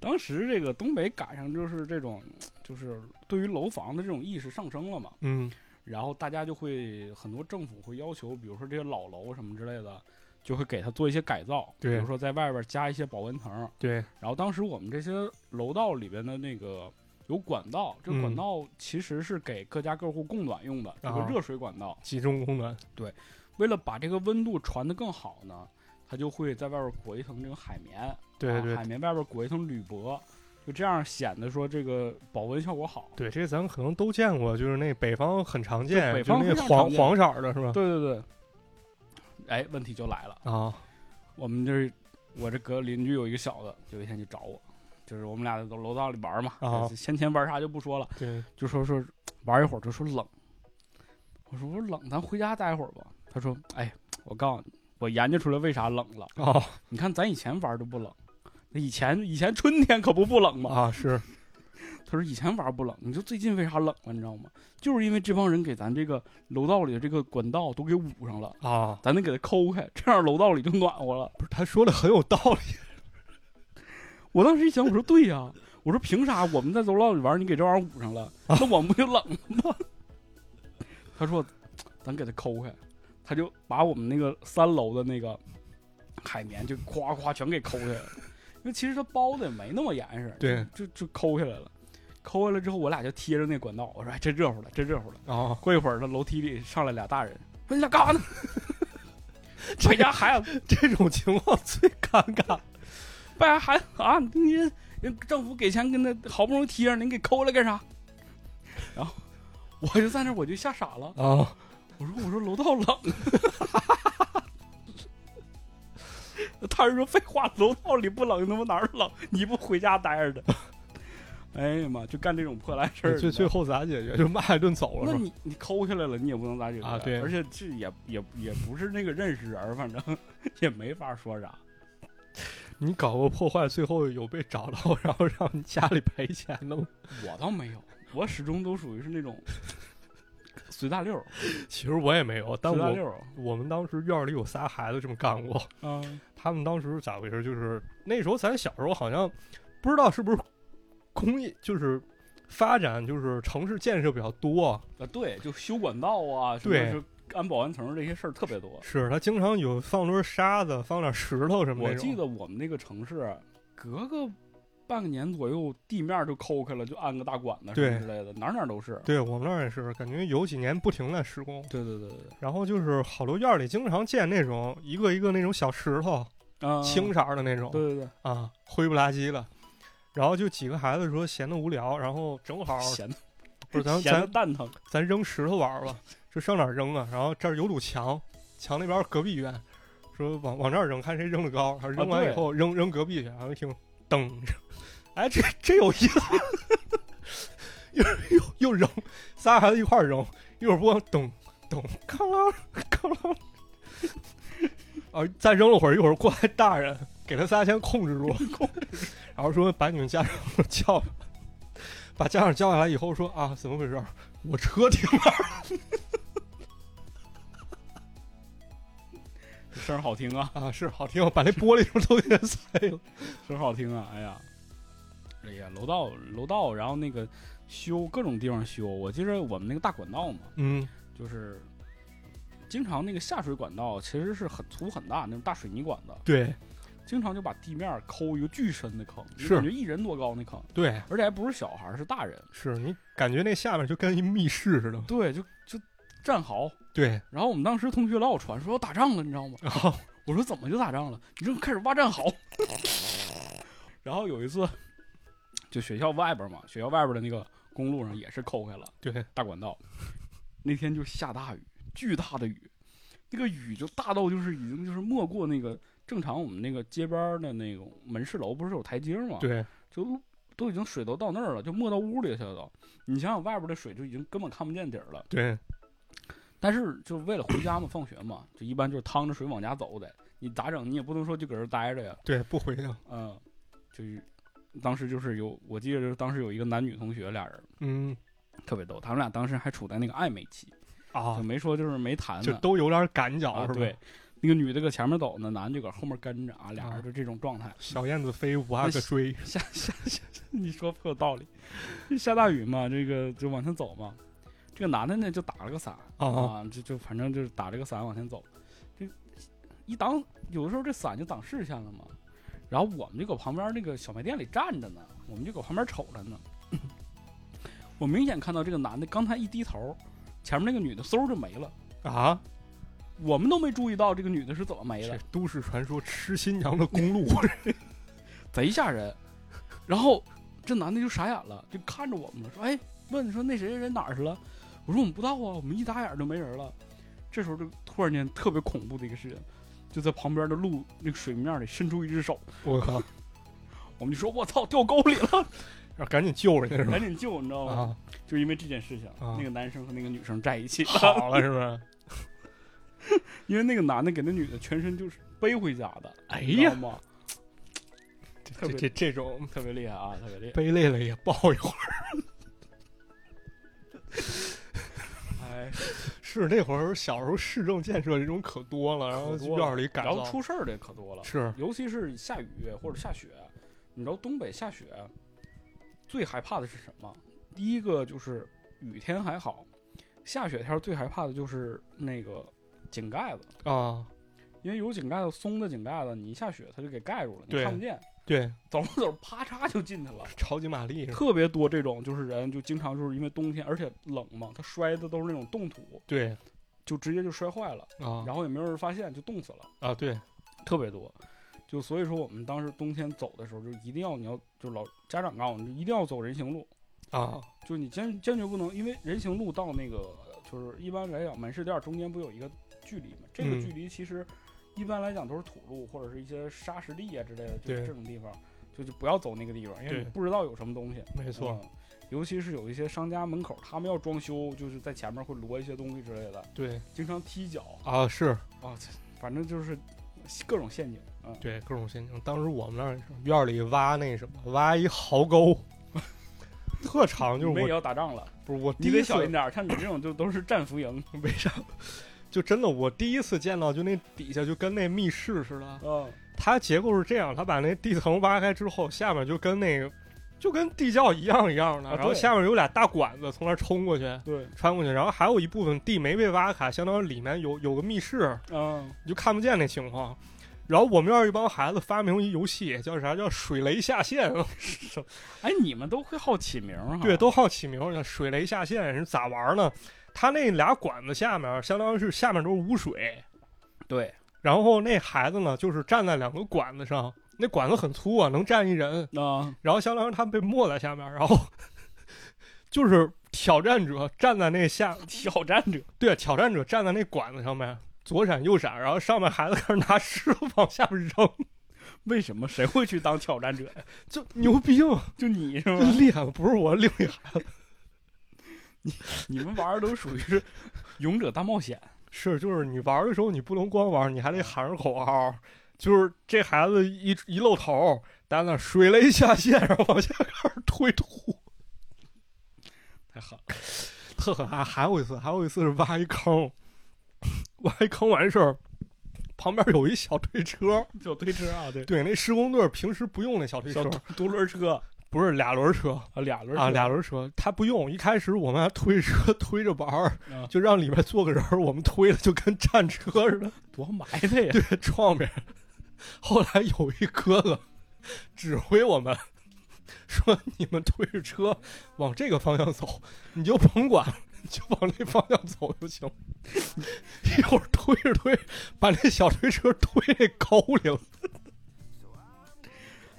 当时这个东北赶上就是这种，就是对于楼房的这种意识上升了嘛，
嗯
然后大家就会很多政府会要求，比如说这些老楼什么之类的，就会给它做一些改造，
对
比如说在外边加一些保温层。
对
然后当时我们这些楼道里边的那个有管道，这
嗯
管道其实是给各家各户供暖用的，有个
啊
热水管道。
集中供暖
为了把这个温度传得更好呢，它就会在外边裹一层这个海绵，
对对
啊海绵外边裹一层铝箔，就这样显得说这个保温效果好。
对，这咱们可能都见过，就是那北方很常见，
北
就
方
那
非常
黄
常见
黄色儿的是吧？
对对对，哎，问题就来了，
啊
我们这我这隔邻居有一个小子，有一天就找我，就是我们俩在楼道里玩嘛，
啊
先前玩啥就不说了，
对
就说说玩一会儿就说冷，我说我冷，咱回家待会儿吧。他说，哎，我告诉你，我研究出来为啥冷了。
啊
你看咱以前玩都不冷，那以前以前春天可不不冷嘛。
啊是
他可是以前玩不冷，你就最近为啥冷啊了？你知道吗？就是因为这帮人给咱这个楼道里的这个管道都给捂上了，
啊，
咱得给它抠开，这样楼道里就暖和了。
不是他说的很有道 理，
我当时一想，我说对呀、我说凭啥我们在楼道里玩，你给这玩意儿捂上了，那我们不就冷了吗？ 他说，咱给它抠开，他就把我们那个三楼的那个海绵就夸夸全给抠下来了，因为其实它包的也没那么严实，
对，
就就抠下来了。抠下来之后，我俩就贴着那管道，我说哎，真热乎了，真热乎了。
啊，
过一会儿，那楼梯里上来俩大人，说你俩干啥呢？ 败家孩子，
这种情况最尴尬。
败家孩子啊！你人政府给钱跟他好不容易贴上，您给抠了干啥？ 然后我就在那儿我就吓傻了，
啊，
我说我说楼道冷。 他人说废话，楼道里不冷，他妈哪儿冷？你不回家待着的？ 哎呀妈，就干这种破烂事儿。
最
你知道
最
吗
后咋解决？就骂一顿走了
那
是吧？
你你抠下来了，你也不能咋解决
啊对
而且这也也也不是那个认识人儿，反正 也没法说啥。
你搞过破坏，最后有被找到， 然后让你家里赔钱的吗？
我倒没有，我始终都属于是那种随大溜儿，
其实我也没有，但
随大
我
溜儿。啊
我们当时院儿里有仨孩子这么干过。
嗯
他们当时咋回事？就是那时候咱小时候好像不知道是不是工业就是发展就是城市建设比较多，
啊，对，就修管道啊，什么
对
是安保安层这些事儿特别多。
是他经常有放堆沙子、放点石头什么
我
那种。
记得我们那个城市，隔个半个年左右，地面儿就抠开了，就安个大管子什么
对
之类的，哪儿哪儿都是。
对我们那儿也是，感觉有几年不停在施工，
对对对对对，
然后就是好多院儿里经常见那种一个一个那种小石头，
啊、
青色儿的那种，
对对对，
啊，灰不拉几的。然后就几个孩子说闲的无聊，然后正好
闲的
不哦是咱
闲的
咱
蛋疼。
咱扔石头玩儿吧，这上哪儿扔啊？然后这儿有堵墙，墙那边儿隔壁院，说往往这儿扔，看谁扔的高。然后扔完
对
以后、扔扔隔壁去，然后一听噔，哎，这这有意思，又又又扔，仨孩子一块儿扔，一会儿播噔噔，哐啷哐啷，啊，再扔了会儿，一会儿过来大人给他仨先控制住，控制住，然后说把你们家长 都叫来。把家长叫下来以后说啊，怎么回事儿？我车停了。
声儿好听啊，
啊，是好听，把那玻璃什么都给它碎了。
声儿好听啊！哎呀，哎呀，楼道楼道，然后那个修各种地方修。我记着我们那个大管道嘛，
嗯，
就是经常那个下水管道其实是很粗很大那种大水泥管子，
对
经常就把地面抠一个巨深的坑，就是感觉一人多高那坑，
对，
而且还不是小孩儿，是大人。
是你感觉那下面就跟一密室似的。
对，就就战壕。
对，
然后我们当时同学老有传说打仗了，你知道吗？
然后
我说怎么就打仗了？你这开始挖战壕。然后有一次， 就学校外边嘛，学校外边的那个公路上也是抠开了
对，
大管道。 那天就下大雨，巨大的雨，那个雨就大到就是已经就是没过那个正常我们那个街边儿的那种门市楼不是有台阶儿吗？，
对，
就都已经水都到那儿了，就没到屋里去了都。你想想外边的水就已经根本看不见底儿了。
对，
但是就为了回家嘛，放学嘛，就一般就是趟着水往家走得。你咋整？你也不能说就搁这儿待着呀，
对，不回应。
嗯，就是当时就是有，我记得就是当时有一个男女同学俩人
嗯
特别逗，他们俩当时还处在那个暧昧期，
啊
就，没说就是没谈
就
呢，
都有点赶脚、
啊
是吧？
对，，那个女的搁前面走呢，男的就搁后面跟着啊，俩
啊
人就这种状态。
小燕子飞，五阿哥追。
下下下， 你说颇有道理。就下大雨嘛，这个就往前走嘛。这个男的呢就打了个伞
啊
啊，就就反正就是打了个伞往前走。这一挡，有的时候这伞就挡视线了嘛。然后我们就搁旁边那个小卖店里站着呢，我们就搁旁边瞅着呢。 我明显看到这个男的刚才一低头，前面那个女的嗖就没了，
啊，
我们都没注意到这个女的是怎么没
这
了，
都市传说，吃新娘的 公路。
贼吓人。然后这男的就傻眼了，就看着我们了，说：“哎，问说那谁谁谁哪儿去了？”我说：“我们不知道啊，我们一眨眼就没人了。”这时候就突然间特别恐怖的一个事情，就在旁边的路那个水面里伸出一只手，
我靠，
我们就说：“我操，掉沟里了，
要赶紧救人家是吧
赶？紧救！”你知道吗？
啊，
就因为这件事情，
啊
那个男生和那个女生在一起了，
好了是不是？
因为那个男的给那女的全身就是背回家的，
哎
你知道，吗？特
这
别
这这种
特别厉害啊，特别厉害。
背累了也抱一会儿。
哎，
是那会儿小时候市政建设这种可多了，然后
可多
院儿里改
然后
造
出事儿的可多了，
是
尤其是下雨或者下雪，你知道东北下雪最害怕的是什么？第一个就是雨天还好，下雪天儿最害怕的就是那个井盖子，
啊，
因为有井盖子松的井盖子，你一下雪它就给盖住了，你
对
看不见，
对，
走着走着啪嚓就进去 了。
超级玛丽是吧，
特别多这种，就是人就经常就是因为冬天，而且冷嘛，他摔的都是那种冻土，
对
就直接就摔坏了，
啊
然后也没有人发现，就冻死了。
啊对，
特别多。就所以说，我们当时冬天走的时候，就一定要你要就老家长告诉你，就一定要走人行路，
啊，
就你坚坚决不能，因为人行路到那个就是一般来讲，门市店中间不有一个距离嘛？这个
嗯
距离其实一般来讲都是土路或者是一些沙石地啊之类的，就是
对
这种地方，就就不要走那个地方，因为你
对
不知道有什么东西。
没错，
嗯尤其是有一些商家门口，他们要装修，就是在前面会摞一些东西之类的，
对
经常踢脚
啊是
啊，这反正就是各种陷阱。嗯，
对各种陷阱。当时我们那儿也是院儿里挖那什么，挖一 壕沟，特长就
你
是
们也
我
要打仗了，
不是我第
你
一
得小
次
心点儿。像你这种就都是战俘营，
为啥？就真的，我第一次见到，就那底下就跟那密室似的。
嗯，
它结构是这样，它把那地层挖开之后，下面就跟那个就跟地窖一样一样的，
啊
然后
对
下面有俩大管子从那儿冲过去。
对，
穿过去，然后还有一部分地没被挖开，相当于里面有有个密室，
嗯，
你就看不见那情况。然后我们院儿一帮孩子发明一游戏，叫啥？叫水雷 下线。
哎，你们都会好起名儿哈？
对，都好起名儿叫水雷下线是咋玩儿呢？它那俩管子下面儿，相当于是下面都是污水，
对，
然后那孩子呢，就是站在两个管子上，那管子很粗啊，能站一人。
那、
然后相当于他被没在下面，然后就是挑战者站在那下，
挑战者，
对，挑战者站在那管子上面，左闪右闪，然后上面孩子开始拿石头往下面扔，
为什么谁会去当挑战者呀？
就牛逼嘛，
就你是
就
吗？
厉害，不是我厉害，
你们玩儿都属于是勇者大冒险，
是就是你玩的时候你不能光玩，你还得喊着口号。就是这孩子一一露头，在那水雷下线，然后往下开始推土。
太狠了。
特狠还还有一次，还有一次是挖一坑，挖一坑完事儿，旁边有一小推车，
小推车啊，对，
对，那施工队平时不用那小推
小
车，
独独轮车
不是俩轮车
啊，俩轮
啊，
车
俩轮车，他不用。一开始我们还推车 推着玩儿，
啊
就让里边坐个人儿，我们推的就跟战车似的，
多埋汰呀！
对，撞别人。后来有一哥哥指挥我们。说你们推着车往这个方向走，你就甭管，你就往那方向走就行。一会儿推着推，把那小推车推那沟里了。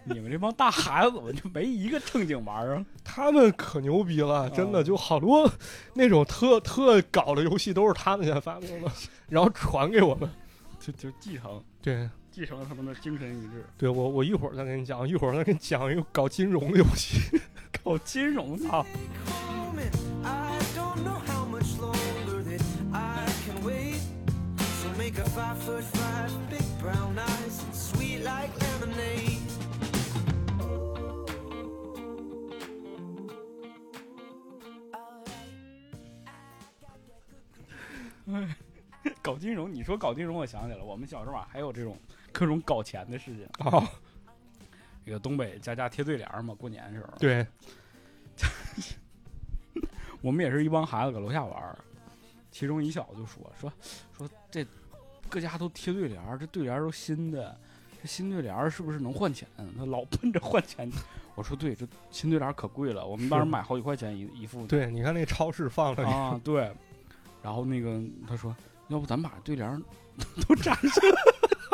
你们这帮大孩子们就没一个正经玩儿啊！
他们可牛逼了，真
哦
的就好多那种特特搞的游戏都是他们先发明的，然后传给我们。
就就继承
对，
继承了他们的精神一致。
对我我一会儿再跟你讲，一会儿再跟你讲一个搞金融的游戏。
搞金融啊！
I don't know how much longer that I can wait. So make a five foot five, big brown eyes, and sweet like lemonade. Alright.
搞金融，你说搞金融，我想起来了，我们小时候啊还有这种各种搞钱的事情。
哦，
这个东北家家贴对联儿嘛，过年的时候，
对，
我们也是一帮孩子搁楼下玩儿，其中一小子就说说说这各家都贴对联儿，这对联儿都新的，这新对联儿是不是能换钱？啊他老奔着换钱。 我说对，这新对联儿可贵了，我们当时
是
买好几块钱一一副呢。
对，你看那超市放着，
啊，对。然后那个他说，要不咱把对联儿 都粘上，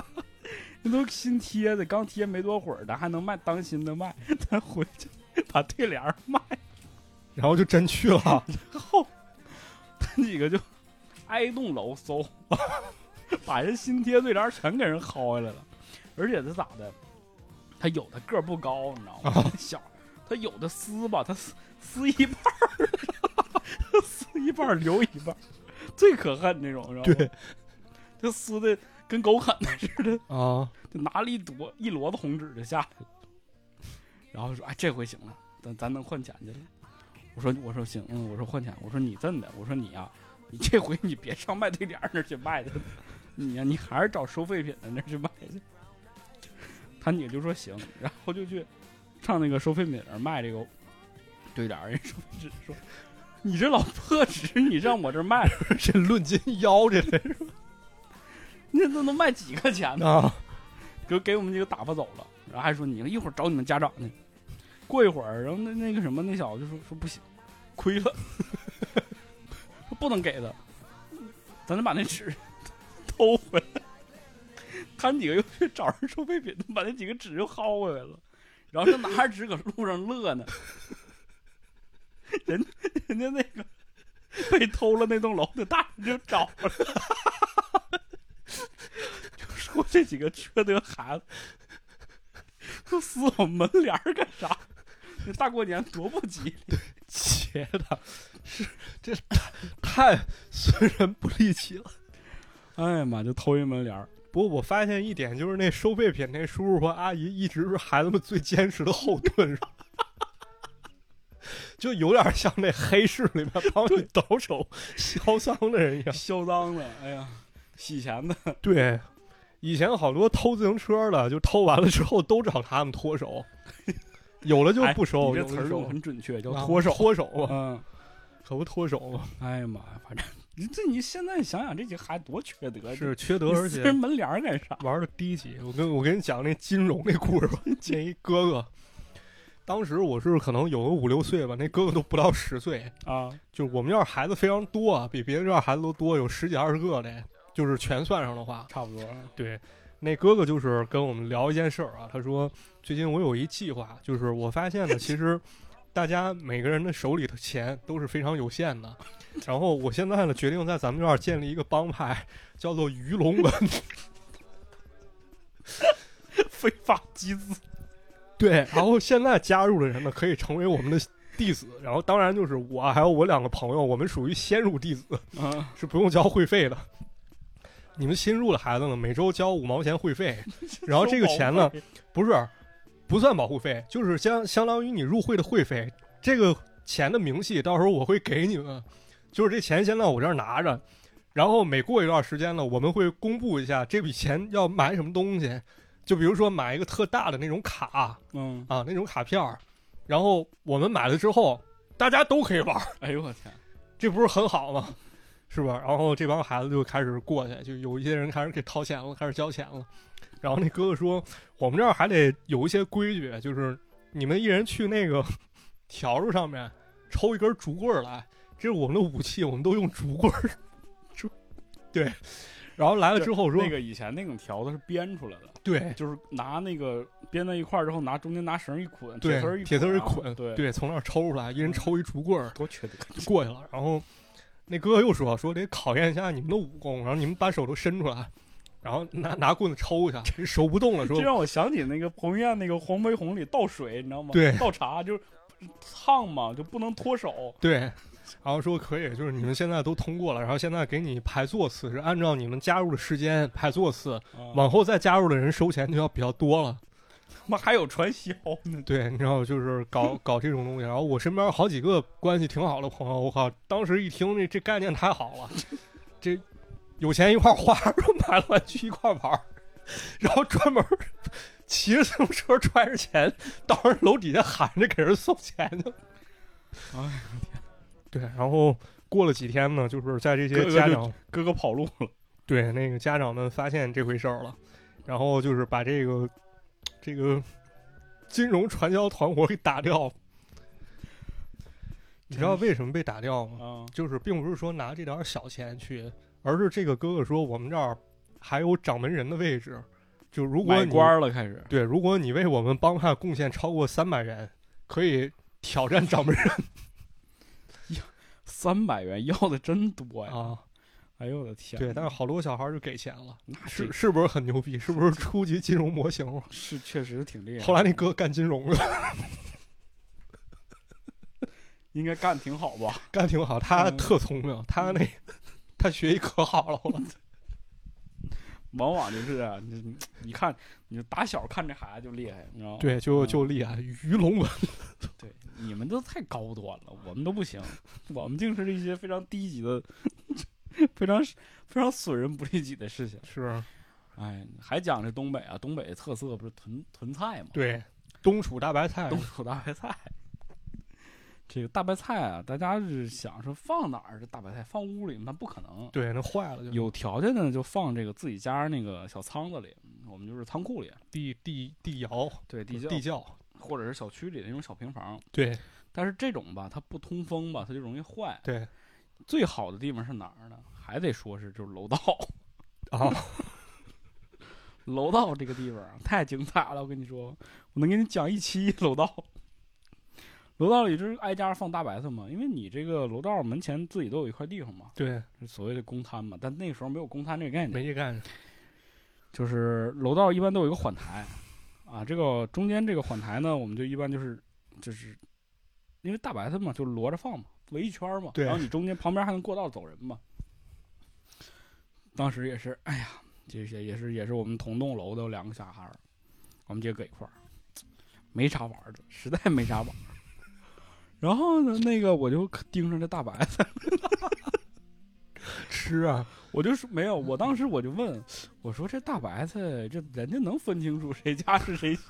那都新贴的，刚贴没多会儿，咱还能卖当新的卖，咱回去把对联儿卖
然后就真去 了。
后， 他几个就挨栋楼搜， 把人新贴对联儿全给人薅下来了。而且他咋的？他有的个儿不高，你知道吗？小，他有的撕吧，他撕撕一半儿， 他撕一半儿留一半儿，最可恨那种，知道吗？
对，
他撕的跟狗啃的似的，
啊，
就拿了一朵一摞子红纸就下来了。 然后说哎这回行了，咱咱能换钱去了。我说我说行，嗯，我说换钱，我说你这么的，我说你呀、啊你这回你别上卖对联儿那儿去卖去了， 你啊呀、你还是找收废品的那儿去卖去。 他女就说行，然后就去上那个收废品那儿卖这个对联儿，人收废纸说。 你这老破纸，你上我这儿卖，
这论斤腰这 类
那都能卖几个钱呢？
啊，
给给我们几个打发走了，然后还说你一会儿找你们家长去。过一会儿，然后那那个什么那小子就说说不行，亏了， 说不能给他，咱得把那纸偷回来。他们几个又去找人收废品，把那几个纸又薅回来了，然后就拿着纸搁路上乐呢。人人家那个被偷了那栋楼的大人就找了，就说这几个缺德孩子都撕我门帘儿干啥？这大过年多不吉利！
切的，是这太损人不利己了。
哎呀妈，就偷一门帘儿。
不过我发现一点，就是那收废品那叔叔和阿姨一直是孩子们最坚实的后盾，就有点像那黑市里面帮你倒手销赃的人一样。
销赃的，哎呀，洗钱的，
对，以前好多偷自行车的，就偷完了之后都找他们 脱手，有了就不
哎
收，
你这
有的
词儿用
收
得很准确，叫
啊
脱手。
脱手啊，
嗯，
可不脱手吗？
哎呀妈呀，反正你这你现在想想，这几个孩子多缺德，
是缺德，
你
而
撕
且
人门帘儿干 啥？
玩的低级。我跟我跟你讲那金融那故事吧，那一哥哥，当时我是可能有个五六岁吧，那哥哥都不到十岁，
啊，
就是我们院孩子非常多啊，比别的院孩子都多，有十几二十个嘞，就是全算上的话，
差不多。
对。那哥哥就是跟我们聊一件事儿啊，他说最近我有一计划，就是我发现呢，其实大家每个人的手里的钱都是非常有限的。然后我现在呢，决定在咱们院儿建立一个帮派，叫做鱼龙门
非法集资，
对，然后现在加入的人呢，可以成为我们的弟子。然后当然就是我还有我两个朋友，我们属于先入弟子，
嗯，
是不用交会费的。你们新入的孩子呢，每周交五毛钱会费，然后这个 钱呢，不是不算保护费，就是相相当于你入会的会费。这个钱的明细到时候我会给你们，就是这钱先在我这儿拿着，然后每过一段时间呢，我们会公布一下这笔钱要买什么东西，就比如说买一个特大的那种卡，
嗯，
啊那种卡片儿，然后我们买了之后，大家都可以玩儿，
哎呦我天，
这不是很好吗？是吧？然后这帮孩子就开始过去，就有一些人开始给掏钱了，开始交钱了。然后那哥哥说，我们这儿还得有一些规矩，就是你们一人去那个 笤帚上面抽一根竹棍儿来，这是我们的武器，我们都用竹棍儿。竹，对。然后来了之后说，
那个以前那种条子是编出来的，
对
就是拿那个编在一块儿之后，拿中间拿绳一捆，
对
丝儿一
铁丝儿一
捆
捆，
啊，对，嗯
对，从那儿抽出来，一人抽一竹棍儿，
多缺德，
过去了，然后那哥哥又说说得考验一下你们的武功，然后你们把手都伸出来，然后拿拿棍子抽一下， 手不动了说
这让我想起那个彭于晏那个《黄飞鸿》里倒水，你知道吗？
对
倒茶就是烫嘛，就不能脱手。
对，然后说可以，就是你们现在都通过了，然后现在给你排座次，是按照你们加入的时间排座次，
啊
往后再加入的人收钱就要比较多了。
他妈还有传销呢，
对，你知道就是搞搞这种东西。然后我身边好几个关系挺好的朋友，我靠，当时一听这这概念太好了，这有钱一块儿 花，买了玩具一块儿玩儿，然后专门儿骑着自行车揣着钱到人楼底下喊着给人送钱去。
哎
天！对，然后过了几天呢，就是在这
哥
些
哥
家
就
长
哥哥跑路了。
对，那个家长们发现这回事儿了，然后就是把这个这个金融传销团伙给打掉。你知道为什么被打掉吗？
啊，
就是并不是说拿这点儿小钱去，而是这个哥哥说我们这儿还有掌门人的位置，就如果
买
你
官儿了开始。
对，如果你为我们帮派贡献超过三百元，可以挑战掌 门人
三百元要的真多呀！
啊。
哎呦我的天！
对，但是好多小孩儿就给钱了，
那这
是是不是很牛逼？是不是初级金融模型啊？
是确实挺厉害的。
后来那哥干金融了。
应该干挺好吧？
干挺好，他
嗯
特聪明，他那他学习可好了，我操
往往就是这样，你你看，你打小看这孩子就厉害，你知道吗？
对，就就厉害，鱼龙纹。
对，你们都太高端了，我们都不行， 我们竟是一些非常低级的、 非常非常损人不利己的事情。
是，
哎，还讲这东北啊，东北特色不是囤囤菜吗？
对，东楚大白菜
冬，储大白菜。这个大白菜啊，大家是想说放哪儿？这大白菜放屋里吗？那不可能。
对，那坏了就
有条件呢，就放这个自己家那个小仓子里，我们就是仓库里，
地地地窑、
对地窖，
地窖，
或者是小区里的那种小平房。
对
但是这种吧，它不通风吧，它就容易坏。
对
最好的地方是哪儿呢？还得说是就是楼道，
啊，
楼道这个地方啊太精彩了，我跟你说，我能给你讲一期楼道。楼道里就是挨家放大白菜嘛，因为你这个楼道门前自己都有一块地方嘛，
对，
所谓的公摊嘛。但那个时候没有公摊这个概念，
没这干。
就是楼道一般都有一个缓台，啊，这个中间这个缓台呢，我们就一般就是就是，因为大白菜嘛，就摞着放嘛，围一圈儿嘛，
对
然后你中间旁边还能过道走人嘛。当时也是，哎呀，这些也是也是我们同栋楼的两个小孩儿，我们姐搁一块儿，没啥玩儿的，实在没啥玩儿。然后呢，那个我就盯上这大白菜。
吃啊，
我就是没有，我当时我就问，我说这大白菜，这人家能分清楚谁家是谁家？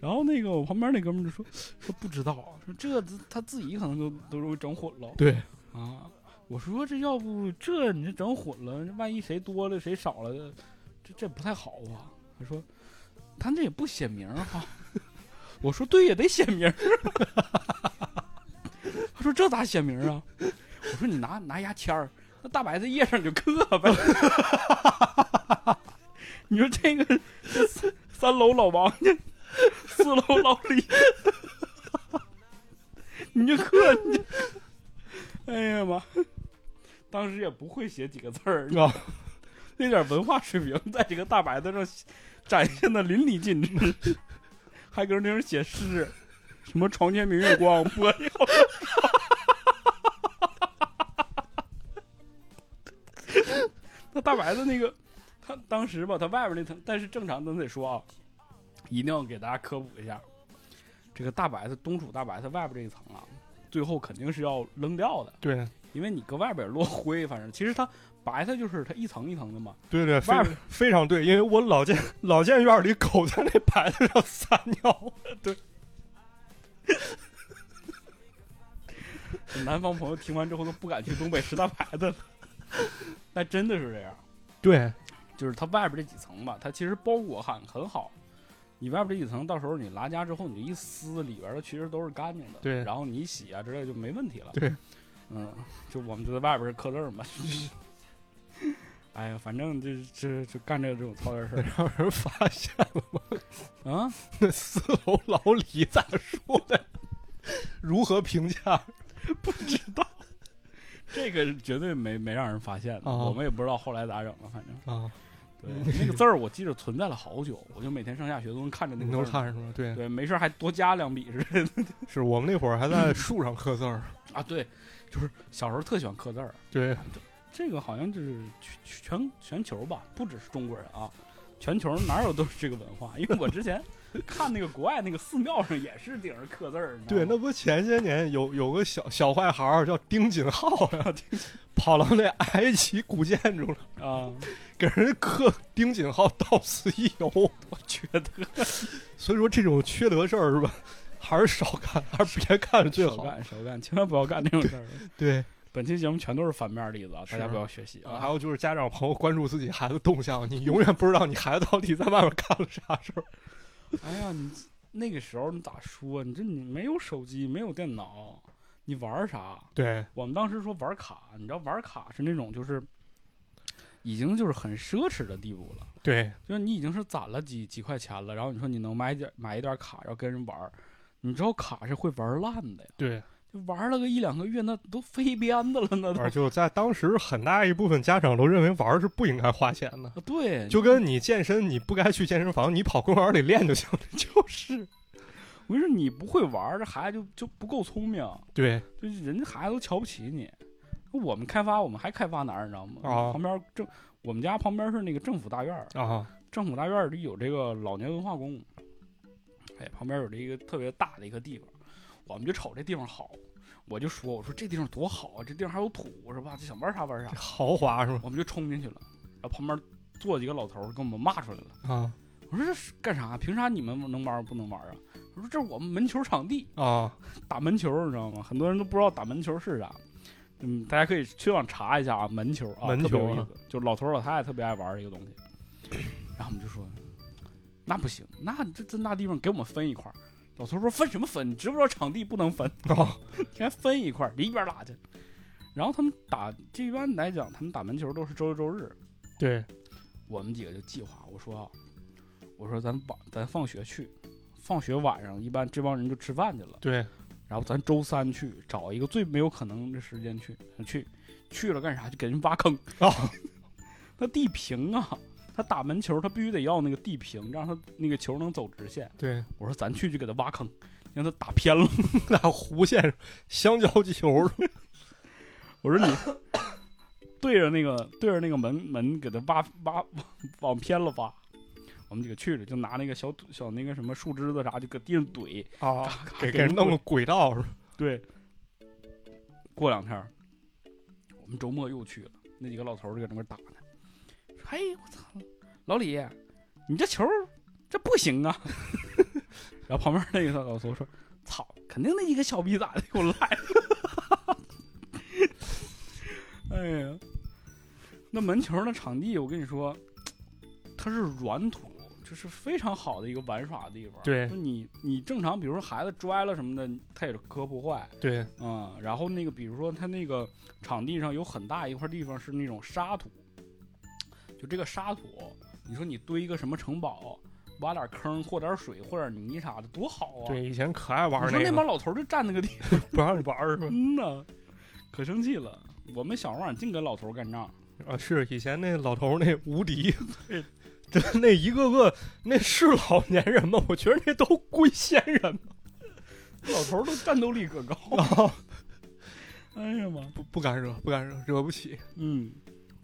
然后那个我旁边那哥们儿就说说不知道，啊说这自他自己可能都都容易整混了
对，
啊。我说这要不这你这整混了，万一谁多了谁少了，这这不太好啊。他说他那也不写名儿哈、我说对呀，得写名儿。他说这咋写名儿啊？我说你拿拿牙签儿，那大白菜叶上你就刻呗。 你说这个这三三楼老王家，四楼老李，你就刻你就，哎呀妈！ 哦当时也不会写几个字儿，
啊，
那点文化水平在这个大白菜上展现的淋漓尽致， 还搁那儿写诗，什么“床前明月光，玻璃好月光”。 那大白的那个，他当时吧，他外边那层，但是正常咱得说啊，一定要给大家科普一下，这个大白的东楚大白它外边这一层啊，最后肯定是要扔掉的，
对
因为你搁外边落灰，反正其实它白菜就是它一层一层的嘛，
对对，非
外边
非常对，因为我老见老见院里狗在那白菜上撒尿，
南方朋友听完之后都不敢去东北吃大排的了。 那真的是这样，
对
就是它外边这几层吧，它其实包裹很很好。你外边这几层，到时候你拉家之后，你一撕，里边的其实都是干净的。
对
然后你洗啊之类就没问题了。
对，
嗯，就我们就在外边刻字儿嘛。 哎呀，反正就是这就干这这种操蛋 事
让人发现了吗？
儿啊。
那四楼老李咋说的？如何评价？
这个绝对没没让人发现的，
哦
我们也不知道后来咋整了，反正
啊，
对 那个字儿我记着存在了好久，我就每天上下学都能看着那
你
个字儿
能看出来？对，
对，没事儿还多加两笔似的
是我们那会儿还在树上刻字儿。
啊。对，就是小时候特喜欢刻字儿，
对，
这个好像就是全全全球吧，不只是中国人啊，全球哪有都是这个文化。因为我之 前看那个国外那个寺庙上也是顶着刻字儿，你知
对，
道
那
吗
不前些年有有个小小坏孩儿叫丁锦浩 呀，跑到那埃及古建筑了，
啊，
给人刻丁锦浩到此一游。
我觉得
所以说这种缺德事儿是吧，还是少干，还是别干最
少
好。
干少干，千万不要干这种事儿。
对，
本期节目全都是反面例子啊，大家
是
不要学习
啊，
啊
还。有就是家长朋友关注自己孩子动向，你永远不知道你孩子到底在外面干了啥事儿。
哎呀，你那个时候你咋说？你这你没有手机，没有电脑，你玩儿啥？
对
我们当时说玩卡，你知道玩卡是那种就是已经就是很奢侈的地步了，
对
就是你已经是攒了几几块钱了，然后你说你能买点买一点卡，然后跟人玩儿，你知道卡是会玩烂的呀，
对，
就玩了个一两个月，那都飞鞭子了，那
而
都。
啊就在当时，很大一部分家长都认为玩儿是不应该花钱的，
对，
就跟你健身，你不该去健身房，你跑公园里练就行了。
就是，我跟你说，你不会玩儿，这孩子就就不够聪明，
对
就是人家孩子都瞧不起你。我们开发，我们还开发哪儿，你知道吗？
啊
旁边正我们家旁边是那个政府大院儿，
啊，
政府大院儿里有这个老年文化宫，哎，旁边有这一个特别大的一个地方，我们就瞅这地方好，我就说我说这地方多好啊，这地方还有土是吧？这想玩啥玩啥
这，豪华是吧？
我们就冲进去了，然后旁边坐几个老头儿给我们骂出来了，
啊
我说这是干啥？凭啥你们能玩儿不能玩儿啊？我说这是我们门球场地，
啊，
打门球，你知道吗？很多人都不知道打门球是啥。嗯，大家可以去网查一下啊，门球啊，
门球啊
特别有意思，就老头儿老太太特别爱玩儿一个东西。然后我们就说，那不行，那这这那地方给我们分一块儿。老头儿说分什么分？你知不知道场地不能分？
哦，
应该分一块儿，离一边儿拉去。然后他们打，这一般来讲，他们打门球都是周六周日。
对，
我们几个就计划，我说啊，我说咱晚咱放学去，放学晚上一般这帮人就吃饭去了。
对，
然后咱周三去找一个最没有可能的时间去去去了干啥？就给人挖坑
哦！
那地平啊，他打门球他必须得要那个地平，让他那个球能走直线。
对，
我说咱去就给他挖坑，让他打偏了。
那弧线香蕉球，
我说你对着那个对着那个门门给他挖挖往往偏了挖。我们几个去了，就拿那个小土小那个什么树枝子啥，就搁地上怼，
啊， 给给
给人
人弄个轨道是吧？
对，过两天儿我们周末又去了，那几个老头儿就搁那边打呢。说：“嘿，我操，老李，你这球儿这不行啊！” 然后旁边那个老头说：“操，肯定那几个小逼崽子给我来了。” 哎呀，那门球儿的场地，我跟你说，它是软土。就是非常好的一个玩耍地方，
对
就你你正常，比如说孩子摔了什么的，他也磕不坏，
对，
嗯，然后那个，比如说它那个场地上有很大一块地方是那种沙土，就这个沙土，你说你堆一个什么城堡，挖点坑，和点水，和点泥啥的，多好啊！
对，以前可爱
你
玩
说
那
那
个，
帮老头儿就站那个地方，
不让你玩儿是吧？
嗯呐，可生气了。我们小时候啊净跟老头儿干仗，
啊，是以前那老头儿那无敌，真那一个个那是老年人吗？我觉得那都 龟仙人
老头儿都战斗力可高。
啊，
哎呀妈，
不不敢惹，不敢惹，惹不起。
嗯，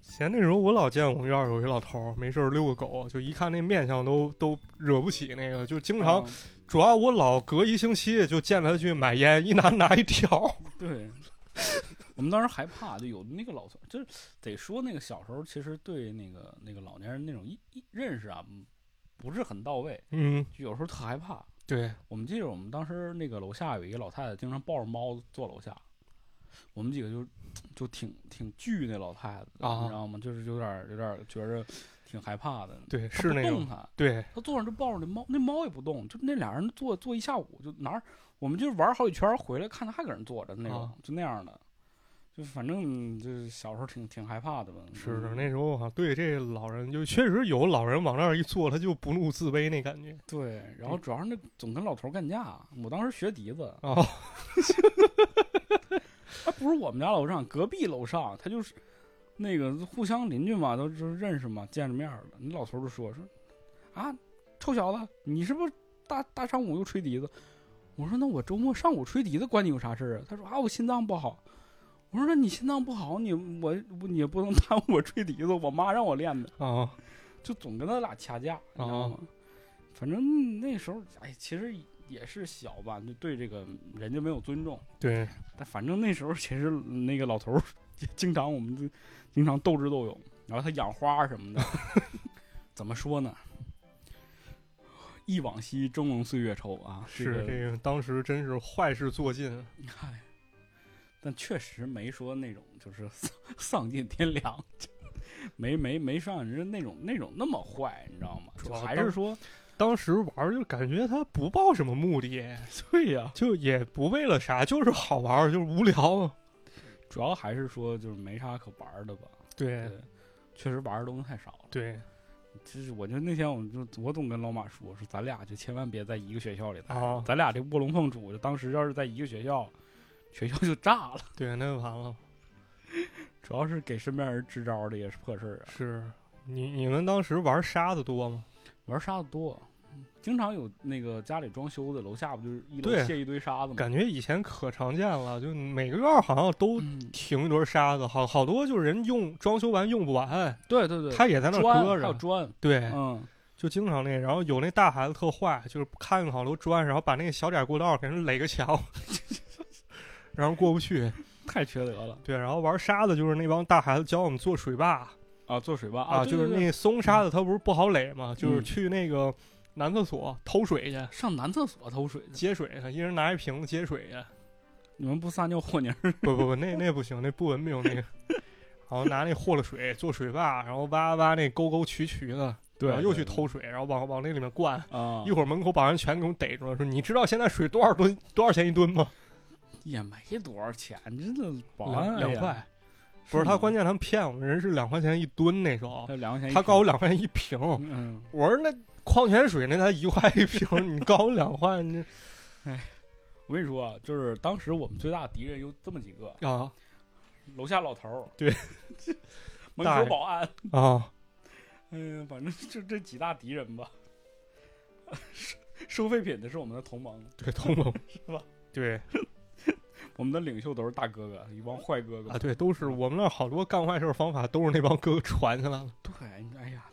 以前那时候我老见我们院儿有一老头儿，没事儿遛个狗，就一看那面相都都惹不起那个，就经常、
啊
主要我老隔一星期就见他去买烟，一拿 拿一条，
对，我们当时害怕，就有那个老头，就是得说那个小时候其实对那个那个老年人那种一一认识啊，嗯不是很到位，
嗯，
就有时候特害怕。
对，
我们记得我们当时那个楼下有一个老太太，经常抱着猫坐楼下，我们几个就就挺挺惧那老太太的，
啊
你知道吗？就是有点有点觉着挺害怕的。
对，
她
是
不
那
动
种，
她，
对，
她坐上就抱着那猫，那猫也不动，就那俩人坐坐一下午，就哪儿我们就是玩好几圈儿回来，看他还搁那坐着那种，
啊
就那样的，就反正就是小时候挺挺害怕的吧。
是的，
嗯
那时候好像对这老人就确实有老人往那儿一坐，他就不怒自威那感觉
对，然后主要是那总跟老头儿干架，我当时学笛子，
啊，
他不是我们家楼上，隔壁楼上，他就是那个互相邻居嘛，都就是认识嘛，见着面儿了。那老头儿就说说啊，臭小子，你是不是大大上午又吹笛子？我说那我周末上午吹笛子关你有啥事儿啊？他说啊，我心脏不好。我说那你心脏不好，你我你也不能 耽误我吹笛子，我妈让我练的，
啊，
就总跟他俩掐架，你知道吗？
哦
反正那时候，哎，其实也是小吧，就对这个人家没有尊重。
对，
但反正那时候其实那个老头儿也经常我们就经常斗智斗勇，然后他养花什么的， 怎么说呢？忆往昔，峥嵘岁月稠啊，
是
这个，
这个，当时真是坏事做尽，
哎， 但确实没说那种就是 丧丧尽天良，没没没上人家那种那种那么坏，你知道吗？
主
就
要
还
当
是说，
当时玩儿就感觉他不抱什么目的，
对呀、
就也不为了啥，就是好玩儿，就是无聊啊。
主要还是说就是没啥可玩儿的吧，
对
对，确实玩儿的东西太少了。
对
就是我就那天我就我总跟老马说，我说咱俩就千万别在一个学校里待，
啊，
咱俩这卧龙凤雏，就当时要是在一个学校，学校就炸了。
对，那完了。
主要是给身边人支招的也是破事儿啊，
是你你们当时玩沙子多吗？
玩沙子多，经常有那个家里装修的，楼下不就是一楼
对
卸一堆沙子吗？
感觉以前可常见了，就每个院儿好像都
嗯
停一堆沙子，好好多就是人用装修完用不完，
对对对，
他也在那
砖
儿搁
还有
着，
砖，
对，
嗯，
就经常那，然后有那大孩子特坏，就是看见好多砖，然后把那个小点儿过道给人垒个墙， 然后过不去。
太缺德了
对，然后玩沙子就是那帮大孩子教我们做水坝
啊！做水坝
啊，
对
就是
对对
那松沙子它不是不好垒嘛，就是
嗯
去那个男厕所偷水去，
上男厕所偷水去，
接水啊去，一人拿一瓶子接水啊去。
你们不撒尿和泥儿？
不不不，那那不行，那不文明那 个。然后拿那和了水做水坝，然后挖挖那沟沟渠渠的，然后又去偷水，然后往往那里面灌。
啊
一，会儿门口保安全给我们逮住了，说你知道现在水多少吨 多少钱一吨吗？
也没多少钱，真的保安
两两，
哎呀
块，不是他，关
键
键他们骗我们，人是两块钱一吨那时候，
两块钱一
他告我
瓶
两块钱一瓶，
嗯，
我说那矿泉水那才一块一瓶，你告我两块，你
我跟你说啊，就是当时我们最大的敌人有这么几个：
啊
楼下老头儿，
对，
门
大
口
爷
保安，
啊，
嗯，反正就这几大敌人吧。 收收废品的是我们的同盟，
对，通了 是
吧？
对
我们的领袖都是大哥哥，一帮坏哥哥
啊，。对，都是我们那儿好多干坏事儿方法都是那帮哥哥传下来了，
对，哎呀，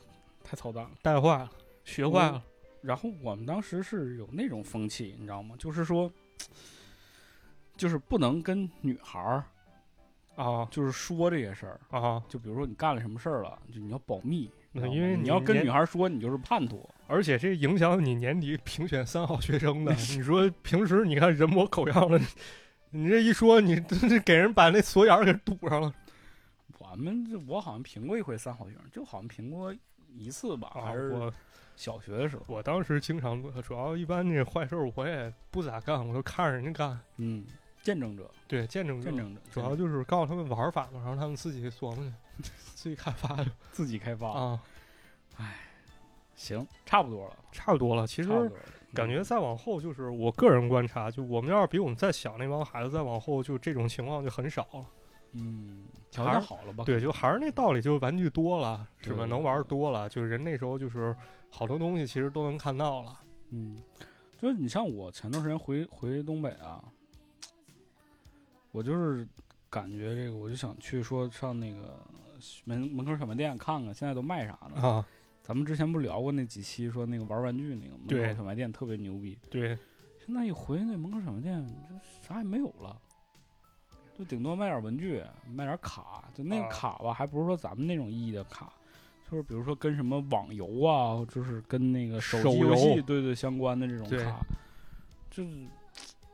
太操蛋了。
带坏了，学坏了，
然后我们当时是有那种风气，你知道吗？就是说，就是不能跟女孩儿
啊
就是说这些事儿。
啊，
就比如说你干了什么事儿了，就你要保密，
那
知道吗
因为
你
你
要跟
年
女孩儿说，你就是叛徒。
而且这影响你年底评选三好学 生的。你说平时你看人模狗样的，你这一说，你这这给人把那锁眼儿给堵上了
我们这我好像评过一回三好学生，就好像评过一次吧，
啊！
还是
我
小学的时候。
我当时经常，主要一般这坏事儿我也不咋干，我就看着人家干，
嗯，见证者，
对，见证者
见。证者，
嗯主要就是告诉他们玩法嘛，让他们自己琢 磨去，自己开发去
自己开发。
啊。
行，差不多了，
差不多了，其
差
实
不多了。
感觉再往后，就是我个人观察，就我们要是比我们再小那帮孩子，再往后就这种情况就很少了。
嗯，条
还
件
是
好了吧？
对，就还是那道理，就是玩具多了，是吧？
对
能玩儿多了，就是人那时候就是好多东西其实都能看到了。
嗯，就是你像我前段时间回回东北啊，我就是感觉这个，我就想去说上那个门门口小卖店看看，现在都卖啥呢？
啊，
咱们之前不聊过那几期说那个玩玩具那个门
对
口小卖店特别牛逼，
对，
现在一回那门口小卖店，就啥也没有了。就顶多卖点文具，卖点卡，就那个
啊
卡吧，还不是说咱们那种意义的卡，就是比如说跟什么网游啊，就是跟那个手
手
机游戏
游
对对相关的这种
对
卡，就是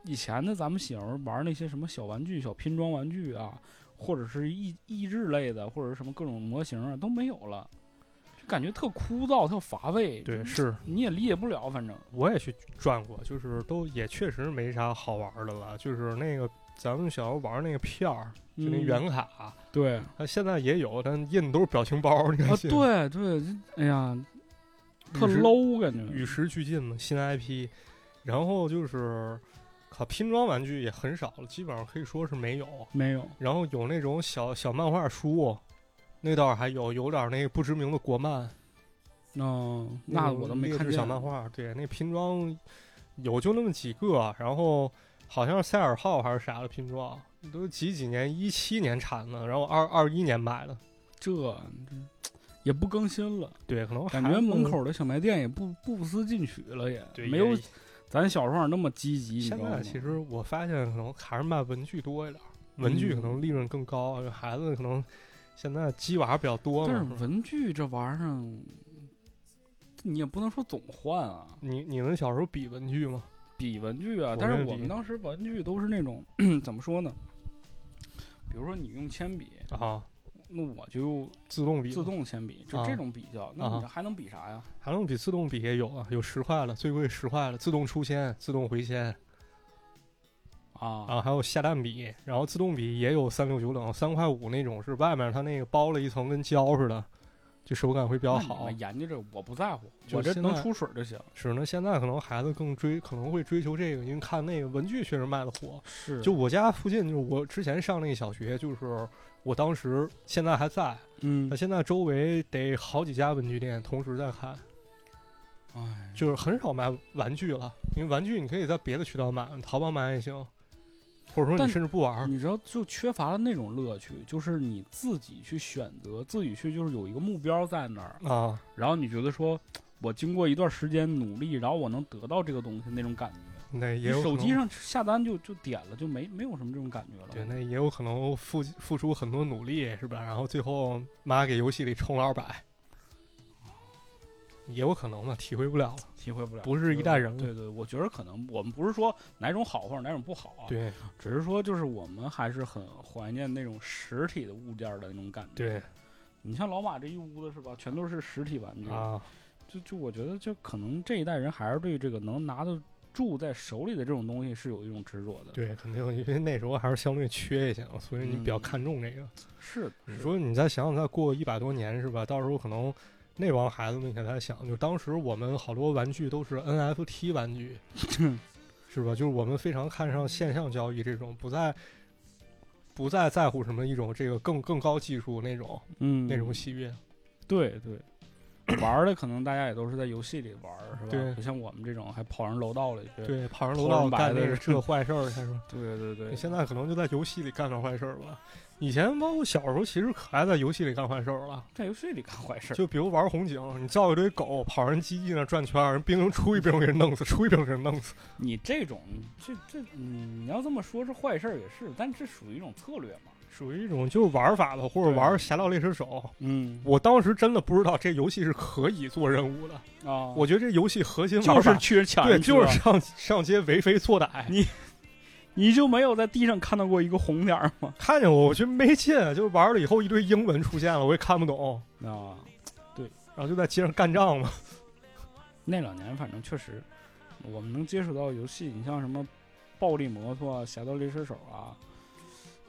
以前的咱们喜欢玩那些什么小玩具、小拼装玩具啊，或者是益益智类的，或者是什么各种模型啊都没有了，就感觉特枯燥、特乏味。
对，，
就是你也理解不了，反正
我也去转过，就是都也确实没啥好玩儿的了。就是那个咱们小时候玩儿那个片儿，就那
嗯
原卡，
对。
它现在也有，但印的都是表情包儿，你
啊
看，，
对对，这哎呀，特
与时
low 感
与
觉。
时俱进嘛，新 IP，然后就是。靠拼装玩具也很少了，基本上可以说是没有。
没有，
然后有那种小小漫画书，那倒是还有，有点那个不知名的国漫，
嗯，那
种
我都没
劣
看
质
见。
小漫画，对，那拼装有就那么几个，然后好像是赛尔号还是啥的拼装，都几几年一七年产的，然后二二一年买的，
这也不更新了，
对，可能
感
孩
觉
子
门口的小卖店也不不思进取了也，
对
没
也
有咱小时候那么积极。你知
现
道吗
在其实我发现可能还是卖文具多一点儿，文具可能利润更高，孩子可能现在鸡娃比较多
但
嘛。
是
是吧
文具这玩意儿，你也不能说总换啊，
你你们小时候比文具吗？
比文具啊
我。
但是
没有
我
比
们当时玩具都是那种 怎么说呢？比如说你用铅笔，
啊，
那我就
自动笔吗，
自动铅笔，就
啊
这种比较，那
啊
你还能比啥呀？
韩龙笔自动笔也有啊，有十块的，最贵十块的，自动出铅、自动回铅
啊
啊，还有下蛋笔，然后自动笔也有三六九等三块五那种，是外面它那个包了一层跟胶似的，就手感会比较
那你
好
们。研究这，我不在乎，
就
我这
现
能
在
出水就行。
是呢，现在可能孩子更追，可能会追求这个，因为看那个文具确实卖的火。
是
就我家附近，就是我之前上那个小学，就是我当时现在还在，
嗯
那现在周围得好几家文具店同时在开。
哎，
嗯就是很少买玩具了，因为玩具你可以在别的渠道买，淘宝买也行，或者说
但
你甚至不玩儿。
你知道，就缺乏了那种乐趣，就是你自己去选择，自己去就是有一个目标在那儿，
啊，
然后你觉得说，我经过一段时间努力，然后我能得到这个东西那种感觉。
那也
你
有可
手
能
机上下单就就点了，就没没有什么这种感觉了。
对，那也有可能付付出很多努力，是吧？然后最后妈给游戏里充了二百，也有可能嘛，体会不了了。
体会不了，
不是一代人了
对对，我觉得可能我们不是说哪种好或者哪种不好啊，，
对
只是说就是我们还是很怀念那种实体的物件儿的那种感觉。
对
你像老马这一屋子是吧，全都是实体玩具，
啊，
就就我觉得就可能这一代人还是对这个能拿得住在手里的这种东西是有一种执着的。，
对，肯定因为那时候还是相对缺一些嘛，所以你比较
嗯
看重这个。
是的
你
是
说你再想想，再过一百多年是吧？到时候可能那帮孩子们也在想，就当时我们好多玩具都是 NFT 玩具，
嗯
是吧？就是我们非常看上线上交易这种，不再不再在乎什么一种这个更更高技术那种
嗯
那种喜悦。
对对。玩儿的可能大家也都是在游戏里玩儿，是吧？
对
不像我们这种还跑上楼道里去。
对，跑上
头
楼
人
道
白
干
的
那个
是
这坏 事儿，他说。
对对对，
现在可能就在游戏里干点坏事儿吧。以前包括小时候，其实可爱在游戏里干坏事儿了。
在游戏里干坏事儿，
就比如玩红警，你造一堆狗跑人机翼那转圈儿，人兵出一兵给人弄死， 出一兵给人弄死。
你这种这这，嗯，你要这么说，是坏事儿也是，但这属于一种策略嘛。
属于一种就是玩法吧，或者
对
玩侠盗猎车手。
嗯，
我当时真的不知道这游戏是可以做任务的，
啊，
我觉得这游戏核心 玩
就是
法
去人抢
对，
人，
就是上上街为非作歹
你。你就没有在地上看到过一个红点儿吗？
看见我，我觉得没劲，就玩了以后一堆英文出现了，我也看不懂，
啊，
然后就在街上干仗嘛。
那两年反正确实，我们能接触到游戏，你像什么暴力摩托啊、侠盗猎车手啊，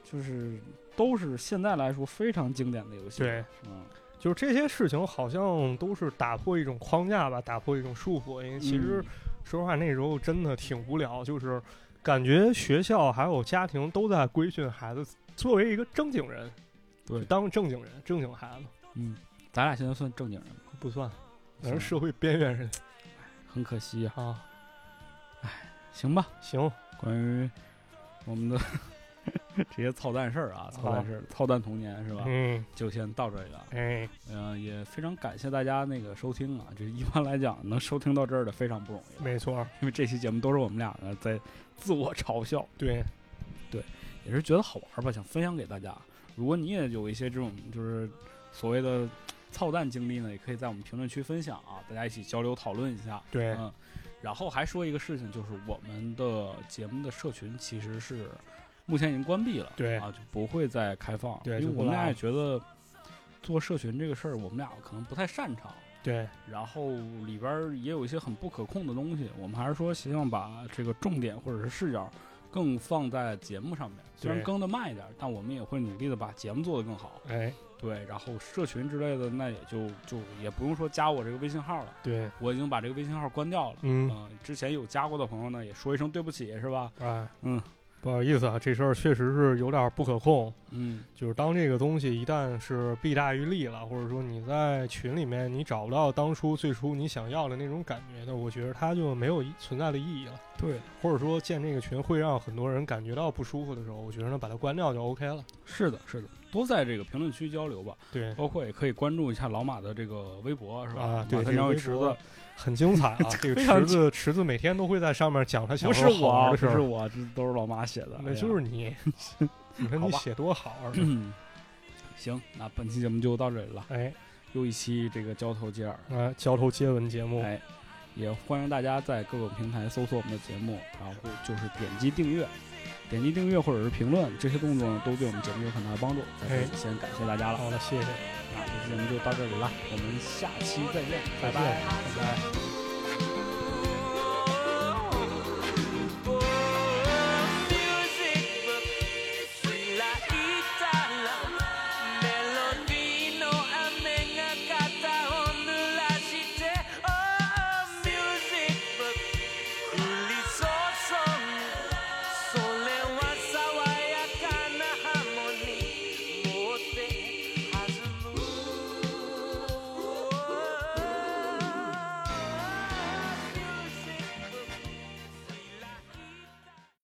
就是都是现在来说非常经典的游戏。
对，
嗯，
就是这些事情好像都是打破一种框架吧，打破一种束缚。因为其实
嗯
说实话，那时候真的挺无聊，就是感觉学校还有家庭都在规训孩子，作为一个正经人，
对
就当正经人，正经孩子
嗯，咱俩现在算正经人吗？
不算，那
算
是社会边缘人
很可惜啊。
啊。
行吧，
行，
关于我们的 这些操蛋事儿啊，操蛋事儿、操蛋童年是吧？
嗯，
就先到这里了。
哎，
嗯、也非常感谢大家那个收听啊，就是一般来讲能收听到这儿的非常不容易，
没错，
因为这期节目都是我们俩呢在自我嘲笑，
对，
也是觉得好玩儿吧，想分享给大家。如果你也有一些这种就是所谓的操蛋经历呢，也可以在我们评论区分享啊，大家一起交流讨论一下。
对，
嗯，然后还说一个事情，就是我们的节目的社群其实是目前已经关闭了，
对
啊，就不会再开放，
对
因
就
为
不
我们
拉
俩也
了
觉得做社群这个事儿，我们俩可能不太擅长，
对，
然后里边儿也有一些很不可控的东西，我们还是说希望把这个重点或者是视角更放在节目上面，虽然
对
更的慢一点儿，但我们也会努力的把节目做得更好，
哎，
对，然后社群之类的那也就就也不用说加我这个微信号了，
对，
我已经把这个微信号关掉了。
嗯，
嗯，之前有加过的朋友呢，也说一声对不起，是吧？
哎，
嗯，
不好意思啊，这事儿确实是有点不可控。
嗯，
就是当这个东西一旦是弊大于利了，或者说你在群里面你找不到当初最初你想要的那种感觉的，我觉得它就没有意存在的意义了。
对，
或者说建这个群会让很多人感觉到不舒服的时候，我觉得呢把它关掉就 OK 了。
是的，是的，多在这个评论区交流吧，
对，
包括也可以关注一下老马的这个微博，是吧？
啊对
马三
这个
张
微
一池
博
子，
很 精彩啊！这个
非常
池子池子每天都会在上面讲他小
不
时
是
候好
我，不
玩的事
是
儿，
我，这都是老马写的，哎
那就是 你。你看
好
你
吧
写 多好啊！
你。行，那本期节目就到这里了，
哎，
又一期这个交头接耳，
啊，交头接吻节目，
哎，也欢迎大家在各个平台搜索我们的节目，然后就是点击订阅。点击订阅或者是评论，这些动作呢都对我们节目有很大的帮助。在这里先感谢大家了。
哎好了，谢谢，
那这期节目就到这里了，我们下期再见，拜
再见，
拜。
拜拜。